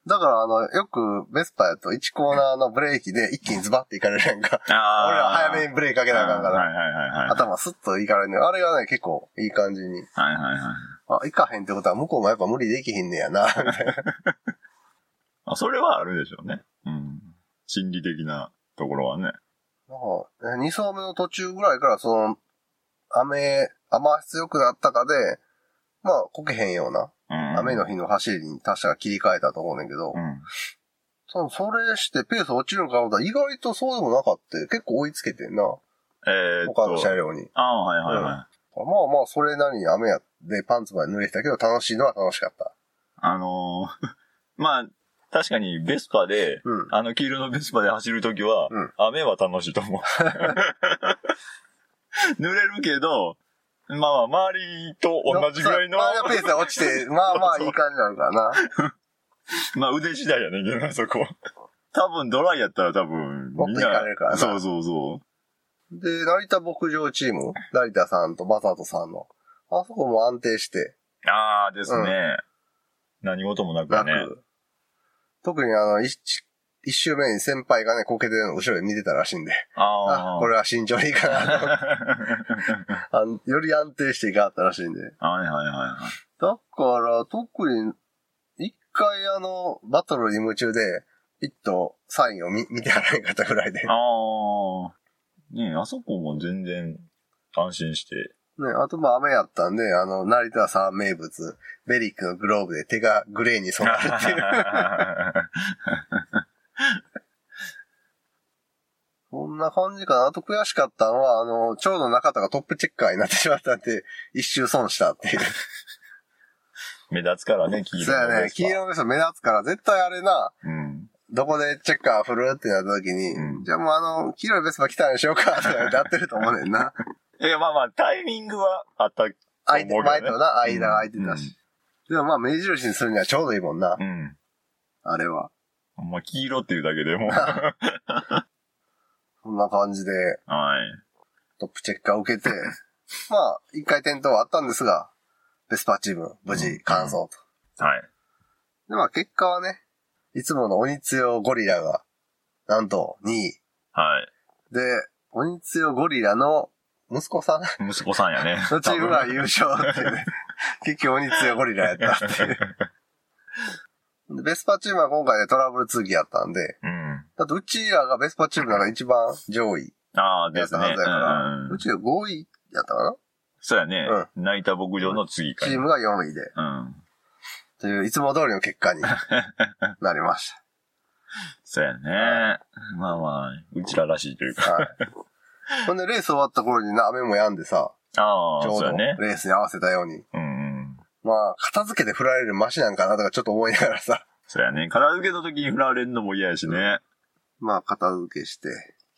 [SPEAKER 1] だから、あの、よく、ベスパやと1コーナーのブレーキで一気にズバっていかれるやんか。
[SPEAKER 2] あ
[SPEAKER 1] 俺ら早めにブレーキかけなあかんか
[SPEAKER 2] はい
[SPEAKER 1] ら、
[SPEAKER 2] はいはいはい。
[SPEAKER 1] 頭スッといかれるね。あれがね、結構いい感じに。
[SPEAKER 2] はいはいはい。
[SPEAKER 1] あ、いかへんってことは向こうもやっぱ無理できひんねやな、 みたいな。
[SPEAKER 2] あ、それはあるでしょうね。うん。心理的なところはね。
[SPEAKER 1] なんか2層目の途中ぐらいから、その、雨、雨足強くなったかで、まあ、こけへんような、
[SPEAKER 2] うん。
[SPEAKER 1] 雨の日の走りに確か切り替えたと思うねんだけど
[SPEAKER 2] う、ん。
[SPEAKER 1] そのそれしてペース落ちるのかなと思ったら意外とそうでもなかったよ結構追いつけてんな、
[SPEAKER 2] えーっ
[SPEAKER 1] 他の車
[SPEAKER 2] と。
[SPEAKER 1] 両に。
[SPEAKER 2] ああ、はいはいはい。
[SPEAKER 1] まあまあ、それなりに雨やでパンツまで濡れてたけど、楽しいのは楽しかった。
[SPEAKER 2] あのー まあ、確かにベスパで、
[SPEAKER 1] うん。
[SPEAKER 2] あの黄色のベスパで走るときは、
[SPEAKER 1] うん
[SPEAKER 2] 雨は楽しいと思う。 濡れるけど、まあまあ、周りと同じぐらいの、
[SPEAKER 1] まあまあ、ペースが落ちて、まあまあ、いい感じになるからな。
[SPEAKER 2] まあ腕次第やねんけどな、そこ。多分ドライやったら多分、
[SPEAKER 1] もっと
[SPEAKER 2] みん
[SPEAKER 1] 行かれるからな
[SPEAKER 2] な、そうそうそう。
[SPEAKER 1] で、成田牧場チーム、成田さんとマサトさんの、あそこも安定して、
[SPEAKER 2] ああですね。何事もなく
[SPEAKER 1] 楽。
[SPEAKER 2] ね。
[SPEAKER 1] 特にあの、一、一周目に先輩がね、こけてるのを後ろで見てたらしいんで、
[SPEAKER 2] あ
[SPEAKER 1] あ
[SPEAKER 2] あ。
[SPEAKER 1] これは慎重にいい かなと思って
[SPEAKER 2] は
[SPEAKER 1] あの。より安定していかはったらしいんで。
[SPEAKER 2] いはいはいはい。
[SPEAKER 1] だから、特に、一回あの、バトルに夢中で、ピッとサインを見 見てはらへんかったぐらいで。ね、
[SPEAKER 2] ああ。ねえ、あそこも全然安心 して。
[SPEAKER 1] あとまあ雨やったんで、あの、成田さん名物、ベリックのグローブで手がグレーに染まるってい う。そんな感じかな。あと悔しかったのは、あの、ちょうど中田がトップチェッカーになってしまったんで、一周損したっていう。
[SPEAKER 2] 目立つからね、黄色
[SPEAKER 1] そうや
[SPEAKER 2] の
[SPEAKER 1] ね。黄色の人目立つから、絶対あれな、
[SPEAKER 2] うん。
[SPEAKER 1] どこでチェッカー振るってなった時に、
[SPEAKER 2] うん
[SPEAKER 1] じゃあもうあの、黄色いベスパ来たんでしょうかとかなってると思うねんな。
[SPEAKER 2] いや、まあまあ、タイミングはあった。
[SPEAKER 1] 相手、
[SPEAKER 2] 思うけどね
[SPEAKER 1] 前とな、間が空いてたし。でもまあ、目印にするにはちょうどいいもんな、
[SPEAKER 2] うん。
[SPEAKER 1] あれは。
[SPEAKER 2] まあ、黄色っていうだけ でもう。は
[SPEAKER 1] こんな感じで、
[SPEAKER 2] い。
[SPEAKER 1] トップチェッカーを受けて、まあ、一回転倒はあったんですが、ベスパチーム、無事、完走と。
[SPEAKER 2] はい。
[SPEAKER 1] で、まあ、結果はね、いつもの鬼強ゴリラが、なんと、2位。
[SPEAKER 2] はい。
[SPEAKER 1] で、鬼強ゴリラの息子 さん
[SPEAKER 2] 息子さん やね。
[SPEAKER 1] のチームが優勝っていうね。結局鬼強ゴリラやったっていう。 でベスパチームは今回でトラブル続きやったんで、
[SPEAKER 2] うん。
[SPEAKER 1] だってうちらがベスパチームなら一番上位
[SPEAKER 2] ああ、
[SPEAKER 1] や
[SPEAKER 2] で
[SPEAKER 1] っ
[SPEAKER 2] す
[SPEAKER 1] た
[SPEAKER 2] ね。
[SPEAKER 1] はずやから、う
[SPEAKER 2] うん。
[SPEAKER 1] ちが5位やったかな
[SPEAKER 2] そうやね。泣いた牧場の次か
[SPEAKER 1] チ
[SPEAKER 2] ら。
[SPEAKER 1] ームが4位で、
[SPEAKER 2] うん。
[SPEAKER 1] といういつも通りの結 果になりまし
[SPEAKER 2] そうやね。まあまあ、うちららしいという
[SPEAKER 1] た。
[SPEAKER 2] か。
[SPEAKER 1] はい。ほんで、レース終わった頃にな雨も止んでさ、
[SPEAKER 2] ああ、
[SPEAKER 1] ちょう
[SPEAKER 2] そう
[SPEAKER 1] ど
[SPEAKER 2] や
[SPEAKER 1] レ
[SPEAKER 2] ね。
[SPEAKER 1] ースに合わせたように。
[SPEAKER 2] うんうん。
[SPEAKER 1] まあ、片付けて振られるマシなんかなとかちょっと思いながらさ、
[SPEAKER 2] そうやね。片付けの時に振られるのも嫌やしね。
[SPEAKER 1] まあ、片付けして、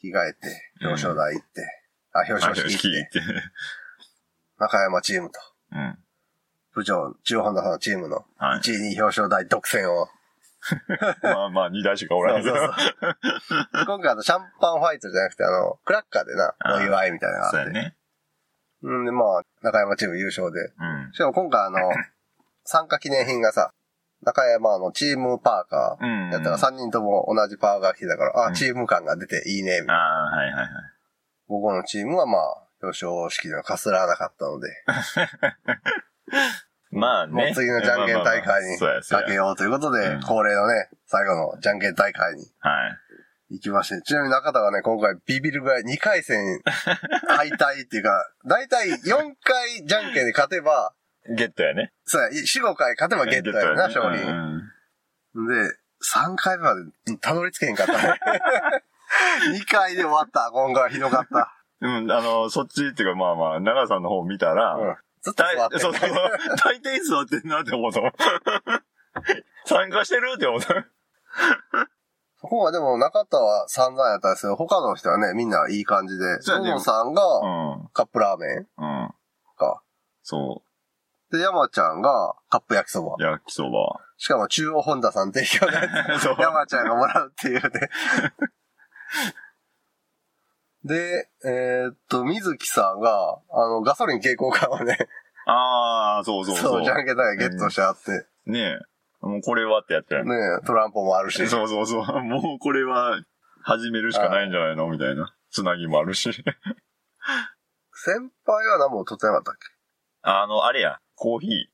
[SPEAKER 1] 着替えて、表彰台行って、あ、表彰式行
[SPEAKER 2] 聞
[SPEAKER 1] っ
[SPEAKER 2] い
[SPEAKER 1] て、
[SPEAKER 2] て。
[SPEAKER 1] 中山チームと、
[SPEAKER 2] うん。
[SPEAKER 1] 部長、中央本田さんのチームの
[SPEAKER 2] はい
[SPEAKER 1] 1位2位表彰台独占を。
[SPEAKER 2] まあまあ、二台しかお
[SPEAKER 1] そ
[SPEAKER 2] ら
[SPEAKER 1] うん
[SPEAKER 2] け
[SPEAKER 1] そ
[SPEAKER 2] ど。
[SPEAKER 1] うそう。今回あの、シャンパンファイトじゃなくて、あの、クラッカーでな、
[SPEAKER 2] あ
[SPEAKER 1] お
[SPEAKER 2] ー
[SPEAKER 1] 祝いみたいなのがあっ
[SPEAKER 2] そ
[SPEAKER 1] て。
[SPEAKER 2] うやね。
[SPEAKER 1] うん、で、まあ、中山チーム優勝で。
[SPEAKER 2] うん
[SPEAKER 1] しかも今 回あの、参加記念品がさ、中山のチームパーカー。
[SPEAKER 2] うん。
[SPEAKER 1] やったら3人とも同じパーカー着てたから、
[SPEAKER 2] う
[SPEAKER 1] あ、
[SPEAKER 2] ん
[SPEAKER 1] チーム感が出ていいね、みたい
[SPEAKER 2] あ
[SPEAKER 1] な。
[SPEAKER 2] あ、はいはいはい。
[SPEAKER 1] 午後のチームはまあ、表彰式ではかすらなかったので、
[SPEAKER 2] まあね。
[SPEAKER 1] もう次のじゃんけん大会に
[SPEAKER 2] まあまあまあそうや、そう
[SPEAKER 1] かけ
[SPEAKER 2] や。
[SPEAKER 1] ようということ
[SPEAKER 2] う
[SPEAKER 1] で
[SPEAKER 2] ん、
[SPEAKER 1] 恒例のね、最後のじゃんけん大会に
[SPEAKER 2] はい。
[SPEAKER 1] 行きまして、ちなみに中田がね、今回ビビるぐらい2回戦敗退っていうか、 だいたい4回じゃんけんで勝てば、
[SPEAKER 2] ゲットやね。
[SPEAKER 1] そうや、4、5回勝てばゲットやな、
[SPEAKER 2] ゲット
[SPEAKER 1] 勝利。
[SPEAKER 2] ね
[SPEAKER 1] で、
[SPEAKER 2] うん
[SPEAKER 1] 3回目までたどり着けへんかったね。2回で終わった、今回はひどかった。
[SPEAKER 2] うん、あの、そっちっていうか、まあまあ、長さんの方見たら、
[SPEAKER 1] うんずっと
[SPEAKER 2] 大
[SPEAKER 1] 座って
[SPEAKER 2] そうそ う
[SPEAKER 1] る。
[SPEAKER 2] 大抵座ってんなって思うと。 参加してるって思うと。
[SPEAKER 1] そこはでも中田は散々やったんですけど、他の人はね、みんないい感じで、
[SPEAKER 2] そうやね
[SPEAKER 1] 野さんが、
[SPEAKER 2] う
[SPEAKER 1] カップラーメン
[SPEAKER 2] ん。うん。
[SPEAKER 1] か。
[SPEAKER 2] そ。
[SPEAKER 1] で、山ちゃんがカップ焼きそうば。
[SPEAKER 2] 焼きそば。
[SPEAKER 1] しかも中央本田さん提供で
[SPEAKER 2] そう。
[SPEAKER 1] 山ちゃんがもらうっていうね。で、えーっと、水木さんが、あの、ガソリン蛍光缶をね、
[SPEAKER 2] ああ、そうそう
[SPEAKER 1] そ
[SPEAKER 2] そう
[SPEAKER 1] う、じゃんけん大会ゲットしてあって、ね
[SPEAKER 2] ねえ。もうこれはってやったよね。
[SPEAKER 1] トランポもあるし、
[SPEAKER 2] そうそうそう。もうこれは始めるしかないんじゃないのみたいな。つなぎもあるし。
[SPEAKER 1] 先輩は何も取ってなかったっけ
[SPEAKER 2] あの、あれや、コーヒー。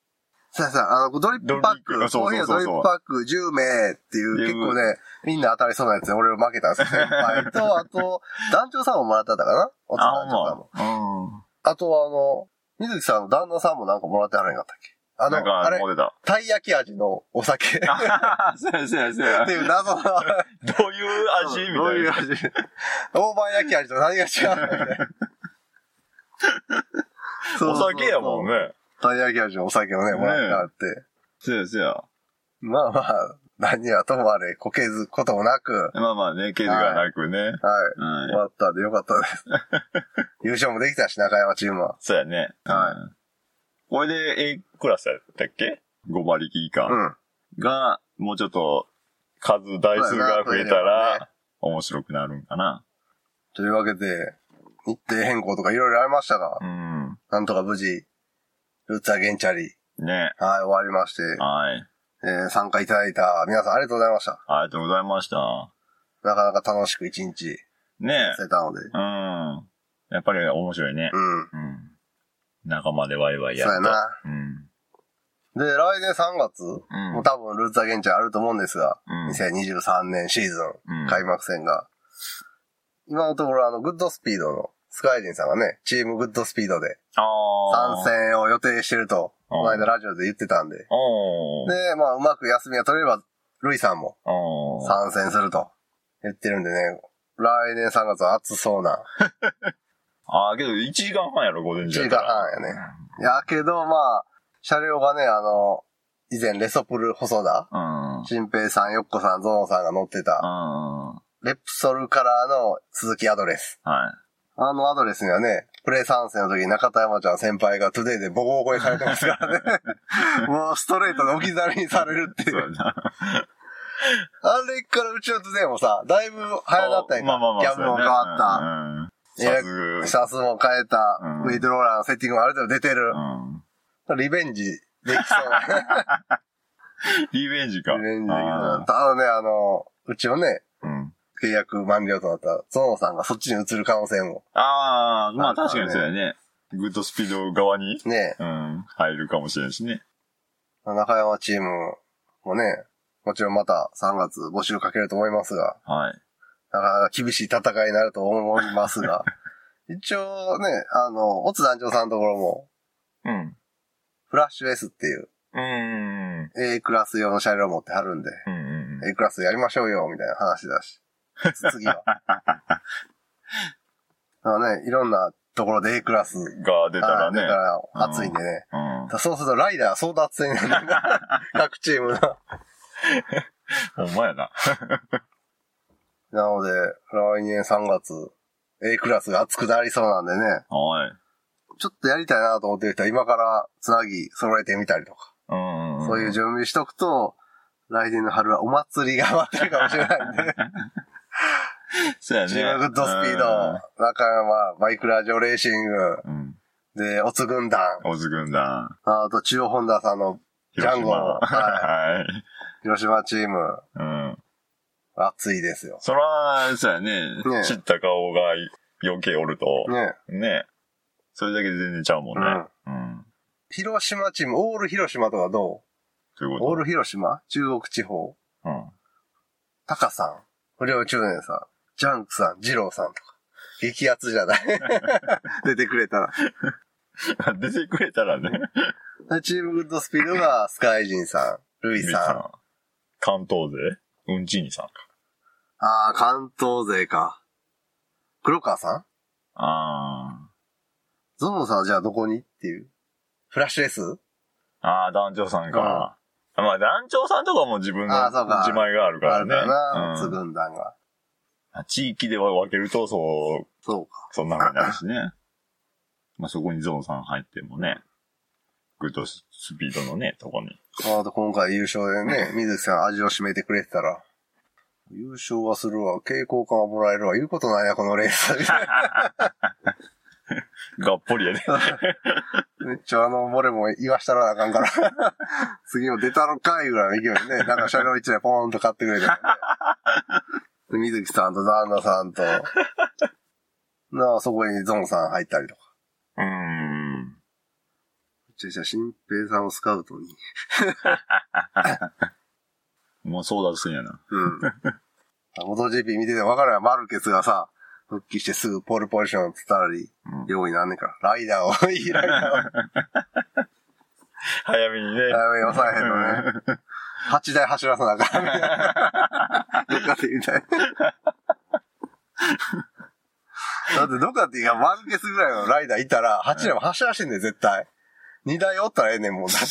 [SPEAKER 1] さあさあ、あの、ドリップパック、
[SPEAKER 2] ドリップそ
[SPEAKER 1] コー
[SPEAKER 2] う
[SPEAKER 1] ヒー
[SPEAKER 2] そう
[SPEAKER 1] の
[SPEAKER 2] そ
[SPEAKER 1] ドリ
[SPEAKER 2] うそう
[SPEAKER 1] ップパック10名っていう、
[SPEAKER 2] で
[SPEAKER 1] 結構ね、みんな当たりそうなやつで俺も負けたん ですよ、先輩と、あと、団長さんももらってたかなお団長さんも。
[SPEAKER 2] あ、ま
[SPEAKER 1] あとはあの、水木さんの旦那さんもなんかもらってはらへんかったっけあ
[SPEAKER 2] あうん。なん
[SPEAKER 1] の、あ
[SPEAKER 2] か、
[SPEAKER 1] れ
[SPEAKER 2] 持、てた。
[SPEAKER 1] たい焼き味のお 酒っ
[SPEAKER 2] ああ、そうやそうやそうや
[SPEAKER 1] て。いう謎の
[SPEAKER 2] どういう味みたいな。
[SPEAKER 1] どういう味大判焼き味と何が違うのみたいなそうそうそう
[SPEAKER 2] お酒やもん。ね。
[SPEAKER 1] たい焼き味のお酒をね、もらってはって。
[SPEAKER 2] そうやそうや。
[SPEAKER 1] まあまあ、何はともあれ、こけずこともなく、は
[SPEAKER 2] まあまあね、ケズがなくね。
[SPEAKER 1] い、
[SPEAKER 2] うん
[SPEAKER 1] 終。わったんでよかった です。優勝もできたし、中山チームは。
[SPEAKER 2] そうやね。。
[SPEAKER 1] はい
[SPEAKER 2] これで A クラスやったっけ ?5 馬力以下、
[SPEAKER 1] うん。
[SPEAKER 2] が、もうちょっと数、台
[SPEAKER 1] そ
[SPEAKER 2] 数が増えた
[SPEAKER 1] うやな増えれば
[SPEAKER 2] ら、面白くなるんかな。
[SPEAKER 1] というわけで、日程変更とかいろいろありましたが、
[SPEAKER 2] うん。
[SPEAKER 1] なんとか無事、ルッツァゲンチャリ、
[SPEAKER 2] ね。
[SPEAKER 1] はい、終わりまして、
[SPEAKER 2] はい。
[SPEAKER 1] えー参加いただいた皆さんありがとうございました。
[SPEAKER 2] ありがとうございました。
[SPEAKER 1] なかなか楽しく一日
[SPEAKER 2] ね
[SPEAKER 1] されたので、
[SPEAKER 2] うん。やっぱり面白いね
[SPEAKER 1] う。ん。
[SPEAKER 2] うん。仲間でワイワイや
[SPEAKER 1] そうや
[SPEAKER 2] った。
[SPEAKER 1] な。
[SPEAKER 2] うん。
[SPEAKER 1] で、来年3月、
[SPEAKER 2] うん
[SPEAKER 1] もう多分ルッツァゲンチャリあると思うんですが、
[SPEAKER 2] うん
[SPEAKER 1] 2023年シーズン、
[SPEAKER 2] うん。
[SPEAKER 1] 開幕戦が。今のところ、あの、グッドスピードの、スカイジンさんがね、チームグッドスピードで
[SPEAKER 2] ああ。
[SPEAKER 1] 参。戦を予定してると、
[SPEAKER 2] あー
[SPEAKER 1] この間ラジオで言ってたんで。
[SPEAKER 2] おー。
[SPEAKER 1] で、まあ、うまく休みが取れれば、ルイさんも
[SPEAKER 2] おー。
[SPEAKER 1] 参戦すると言ってるんでね、来年3月は暑そうな。
[SPEAKER 2] ああ、けど1時間半やろ、午前中やったら。
[SPEAKER 1] 1時間半やねいや、けど、まあ、車両がね、あの、以前レソプル細田、
[SPEAKER 2] うん。うん。
[SPEAKER 1] 新平さん、ヨッコさん、ゾノさんが乗ってた、
[SPEAKER 2] は
[SPEAKER 1] レプソルカラーの鈴木アドレス。あのアドレスにはね、プレイ参戦の時に中田山ちゃん先輩がトゥデイでボコボコにされてますから ね。もうストレートで置き去りにされるって
[SPEAKER 2] い。
[SPEAKER 1] い
[SPEAKER 2] そうや
[SPEAKER 1] う。
[SPEAKER 2] な。
[SPEAKER 1] あれからうちのトゥデイもさ、だいぶ早なったんや
[SPEAKER 2] まあまあまあ。
[SPEAKER 1] キャブも変わっ
[SPEAKER 2] そうやねうんうん。
[SPEAKER 1] た。シ
[SPEAKER 2] さ
[SPEAKER 1] ャツも変えた
[SPEAKER 2] うん。
[SPEAKER 1] ウェイトローラーのセッティングもある程度出てる
[SPEAKER 2] す。うん。
[SPEAKER 1] リベンジできそう。
[SPEAKER 2] リベンジか。
[SPEAKER 1] リベンジできそう
[SPEAKER 2] あ
[SPEAKER 1] ただね、あの、うちのね、
[SPEAKER 2] ーうん。
[SPEAKER 1] 契約満了となったゾノさんがそっちに移る可能性も。
[SPEAKER 2] あー、まあ確かにそうやね。グッドスピード側に、
[SPEAKER 1] ね
[SPEAKER 2] うん、入るかもしれんしね。
[SPEAKER 1] 中山チームもね、もちろんまた3月募集かけると思いますが。
[SPEAKER 2] はい。
[SPEAKER 1] なかなか厳しい戦いになると思いますが、一応ね、あの、オツ団長さんのところも、
[SPEAKER 2] うん。
[SPEAKER 1] フラッシュ S っていう
[SPEAKER 2] うん。
[SPEAKER 1] A クラス用の車両を持ってはるんで、
[SPEAKER 2] うんうん。
[SPEAKER 1] A クラスやりましょうよ、みたいな話だし。次は。だからね、いろんなところで A クラス
[SPEAKER 2] が出たらね。
[SPEAKER 1] 出たら熱いんでね。
[SPEAKER 2] うん
[SPEAKER 1] だからそうするとライダー争奪戦に なるんだ各チームが。
[SPEAKER 2] ほんまやな。
[SPEAKER 1] なので、来年3月、A クラスが熱くなりそうなんでね、
[SPEAKER 2] はい。
[SPEAKER 1] ちょっとやりたいなと思ってる人は今からつなぎ揃えてみたりとか。
[SPEAKER 2] うんんん。
[SPEAKER 1] そういう準備しとくと、来年の春はお祭りが待ってるかもしれないん で、
[SPEAKER 2] そうやね。
[SPEAKER 1] チームグッドスピード、中山、バイクラジオレーシング、
[SPEAKER 2] うん。うん。
[SPEAKER 1] で、オツ軍団、
[SPEAKER 2] オズ軍団。
[SPEAKER 1] あと中央ホンダさんの
[SPEAKER 2] 広島
[SPEAKER 1] ジャンゴは
[SPEAKER 2] はい。
[SPEAKER 1] 広島チーム、
[SPEAKER 2] うん。
[SPEAKER 1] 熱いですよ。
[SPEAKER 2] そら、そうやね
[SPEAKER 1] ね。
[SPEAKER 2] 知った顔が余計おると。
[SPEAKER 1] ね。
[SPEAKER 2] ね。それだけで全然ちゃうもんね。うん。
[SPEAKER 1] 広島チーム、オール広島とはど
[SPEAKER 2] という
[SPEAKER 1] う
[SPEAKER 2] こと
[SPEAKER 1] オール広島中国地方。
[SPEAKER 2] うん。
[SPEAKER 1] タカさん、不良中年さん、ジャンクさん、ジローさんとか。激アツじゃない 出てくれたら。
[SPEAKER 2] 出てくれたらね。
[SPEAKER 1] でチームグッドスピードが、スカイジンさん、ルイ
[SPEAKER 2] リ
[SPEAKER 1] さん、
[SPEAKER 2] ん。関東勢うんちにさんか。
[SPEAKER 1] ああ、関東勢か。黒川さん
[SPEAKER 2] あ
[SPEAKER 1] ゾノさんじゃあどこにっていう。フラッシュ S?
[SPEAKER 2] あ。ああ、団長さんか。まあ団長さんとかも自分の
[SPEAKER 1] あーそうか
[SPEAKER 2] 自前があるから
[SPEAKER 1] ある
[SPEAKER 2] ね。
[SPEAKER 1] からな、
[SPEAKER 2] うん
[SPEAKER 1] つ軍団が。
[SPEAKER 2] 地域で分けると、そう、
[SPEAKER 1] そうか。
[SPEAKER 2] そんな風になるしね。まあ、そこにゾーンさん入ってもね、グッドスピードのね、とこに。
[SPEAKER 1] あと今回優勝でね、水木さん味を占めてくれてたら、優勝はするわ、傾向感はもらえるわ、言うことないな、このレース。
[SPEAKER 2] がっぽりや ね。
[SPEAKER 1] めっちゃあの、俺も言わしたらなあかんから。 次も出たのかいぐらいの勢いでね、なんか車両一台ポーンと買ってくれたんで。で水木さんと旦那さんと、なあ、そこにゾンさん入ったりとか。
[SPEAKER 2] うーん。
[SPEAKER 1] じゃあじゃあ、新平さんをスカウトに。
[SPEAKER 2] もうそうだすんやな。
[SPEAKER 1] うん。元 GP 見てて分からない。マルケツがさ、復帰してすぐポールポジションつったり、
[SPEAKER 2] うん
[SPEAKER 1] 用意なんねんから。ライダーを、 いいライダーを。
[SPEAKER 2] 早めにね。
[SPEAKER 1] 早めに抑えへんのね。8台走らさなあかんみたいな。ドカティみたいな。だってドカティがマルケスぐらいのライダーいたら、8台も走らしてんねん、絶対。2台おったらええねん、もう。だって。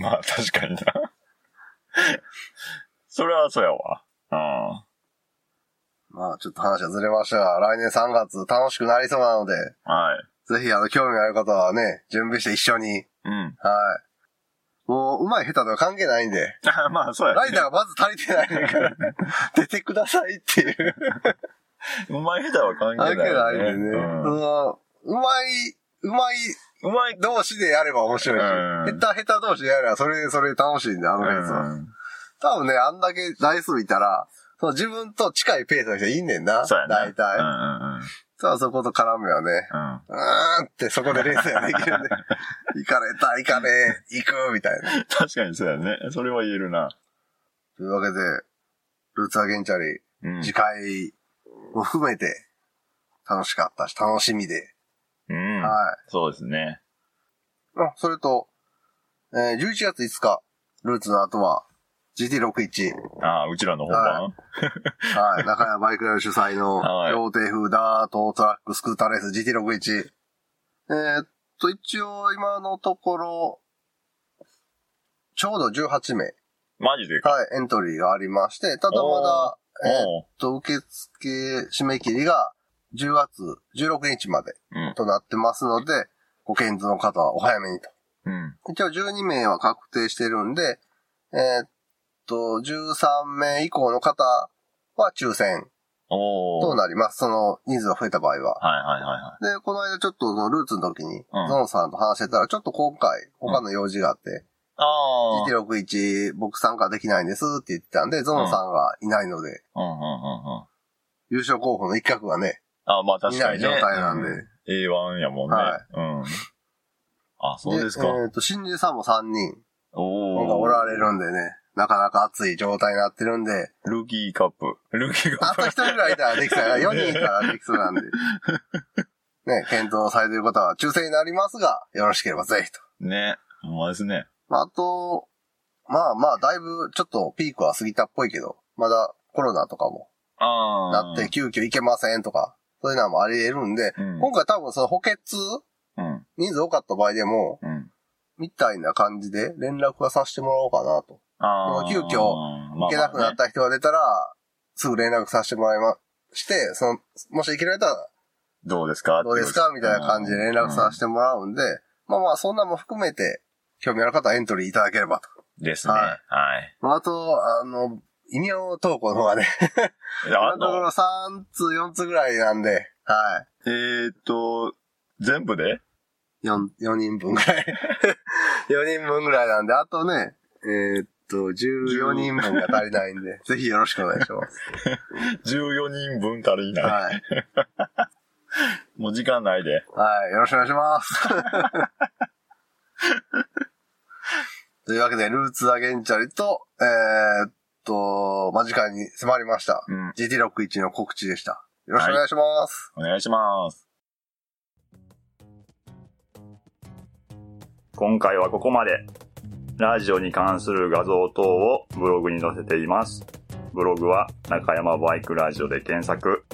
[SPEAKER 2] まあ、確かにな。それはそうやわ。あ
[SPEAKER 1] まあ、ちょっと話はずれましたが、来年3月楽しくなりそうなので、
[SPEAKER 2] あ。はい。
[SPEAKER 1] ぜひ、あの、興味ある方はね、準備して一緒に。
[SPEAKER 2] うん。
[SPEAKER 1] はい。もう、上手い下手とか関係ないんで、
[SPEAKER 2] あまあ、そうや、ね。
[SPEAKER 1] ライダーがまず足りてないねんから、出てくださいっていう。
[SPEAKER 2] うまい下手は関
[SPEAKER 1] だ
[SPEAKER 2] 係
[SPEAKER 1] け
[SPEAKER 2] な
[SPEAKER 1] な
[SPEAKER 2] いよ
[SPEAKER 1] い
[SPEAKER 2] ね、
[SPEAKER 1] でね。
[SPEAKER 2] うん
[SPEAKER 1] うまい、うまい
[SPEAKER 2] うんうまい。
[SPEAKER 1] 同士でやれば面白いし、
[SPEAKER 2] うん
[SPEAKER 1] 下手下手同士でやればそれでそれで楽しいんで、あのレースは。多分ね、あんだけ台数いたら、その自分と近いペースの人いんねんな。
[SPEAKER 2] そうやな、
[SPEAKER 1] 大体。
[SPEAKER 2] うんうんうん。
[SPEAKER 1] ただそこと絡むよね。
[SPEAKER 2] うん
[SPEAKER 1] うーんってそこでレースができ るんで。行かれた、行かれ、行く、みたいな。
[SPEAKER 2] 確かにそうやね。それは言えるな。
[SPEAKER 1] というわけで、ルーツアゲンチャリ、
[SPEAKER 2] うん。
[SPEAKER 1] 次回も含めて、楽しかったし、楽しみで。
[SPEAKER 2] うん。
[SPEAKER 1] はい。
[SPEAKER 2] そうですね。
[SPEAKER 1] あ、それと、えー11月5日、ルーツの後は、GT61、
[SPEAKER 2] ああ、うちらの本番。
[SPEAKER 1] はい、中山バイクライブ主催の、
[SPEAKER 2] はい
[SPEAKER 1] 両手風ダートトラックスクーターレース GT61。えーっと、一応今のところ、ちょうど18名、
[SPEAKER 2] マジでか。
[SPEAKER 1] はい、エントリーがありまして、ただまだ、えーっ
[SPEAKER 2] おう
[SPEAKER 1] と、受付締め切りが10月16日まで
[SPEAKER 2] うん。
[SPEAKER 1] となってますので、ご検討の方はお早めにと。
[SPEAKER 2] うん。
[SPEAKER 1] 一応12名は確定してるんで、えーっと、13名以降の方は抽選
[SPEAKER 2] お
[SPEAKER 1] と
[SPEAKER 2] う
[SPEAKER 1] なります。その人数が増えた場合は。
[SPEAKER 2] はいはいはいは
[SPEAKER 1] で、この間ちょっとそのルーツの時に、
[SPEAKER 2] うん
[SPEAKER 1] ゾンさんと話してたら、ちょっと今回、他の用事があって、
[SPEAKER 2] い。ああ。
[SPEAKER 1] GT61 僕参加できないんですって言ってたんで、ゾンさんがいないので、
[SPEAKER 2] うんうんうんうん。
[SPEAKER 1] 優勝候補の一角がね、
[SPEAKER 2] あまあ
[SPEAKER 1] い
[SPEAKER 2] 確
[SPEAKER 1] な
[SPEAKER 2] か
[SPEAKER 1] い
[SPEAKER 2] に
[SPEAKER 1] 状
[SPEAKER 2] ね。
[SPEAKER 1] 態なんで。
[SPEAKER 2] うん A1 やもんね。
[SPEAKER 1] は
[SPEAKER 2] うん。あ、そうですか。
[SPEAKER 1] えーっと、新人さんも3人、
[SPEAKER 2] お
[SPEAKER 1] が
[SPEAKER 2] お。
[SPEAKER 1] おられるんでね、なかなか熱い状態になってるんで、
[SPEAKER 2] ルーキーカップ。ルーキーカ
[SPEAKER 1] あ
[SPEAKER 2] ップ
[SPEAKER 1] と。一人ぐらいいたらできたら、4人い たらできそうなんで。ね、検討されてる方は抽選になりますが、よろしければぜひと。
[SPEAKER 2] ね。ほんまですね。
[SPEAKER 1] まあ、あと、まあまあ、だいぶちょっとピークは過ぎたっぽいけど、まだコロナとかも
[SPEAKER 2] ああ。
[SPEAKER 1] なって急遽行けませんとか、そういうのもあり得るんで、
[SPEAKER 2] うん。
[SPEAKER 1] 今回多分その補欠
[SPEAKER 2] うん。
[SPEAKER 1] 人数多かった場合でも、
[SPEAKER 2] うん。
[SPEAKER 1] みたいな感じで連絡はさせてもらおうかなと。
[SPEAKER 2] あ
[SPEAKER 1] も
[SPEAKER 2] あ。
[SPEAKER 1] う急遽
[SPEAKER 2] 行
[SPEAKER 1] 行けなくなった人が出たら、すぐ連絡させてもらいま、して、その、もし行けられたら、
[SPEAKER 2] どうですか
[SPEAKER 1] どうですかみたいな感じで連絡させてもらうんで、まあまあ、そんなんも含めて、興味ある方はエントリーいただければと。
[SPEAKER 2] て。ですね。
[SPEAKER 1] は
[SPEAKER 2] はい。
[SPEAKER 1] まあ、あと、あの、異名投稿の方がね、今
[SPEAKER 2] あ
[SPEAKER 1] のところ
[SPEAKER 2] の、
[SPEAKER 1] 3通、4通ぐらいなんで、は
[SPEAKER 2] えーっと、全部で
[SPEAKER 1] い。4、4人分ぐらい。4人分ぐらいなんで、あとね、えーっと、14人分が足りないんで、ぜひよろしくお願いします。
[SPEAKER 2] 14人分足りない。
[SPEAKER 1] はい。
[SPEAKER 2] もう時間ないで。
[SPEAKER 1] はい、よろしくお願いします。というわけで、ルーツ・アゲンチャリと、えーっと、間近に迫りました。
[SPEAKER 2] うん。
[SPEAKER 1] GT61 の告知でした。よろしくお願いします。
[SPEAKER 2] お願いします。今回はここまで。ラジオに関する画像等をブログに載せています。ブログは中山バイクラジオで検索、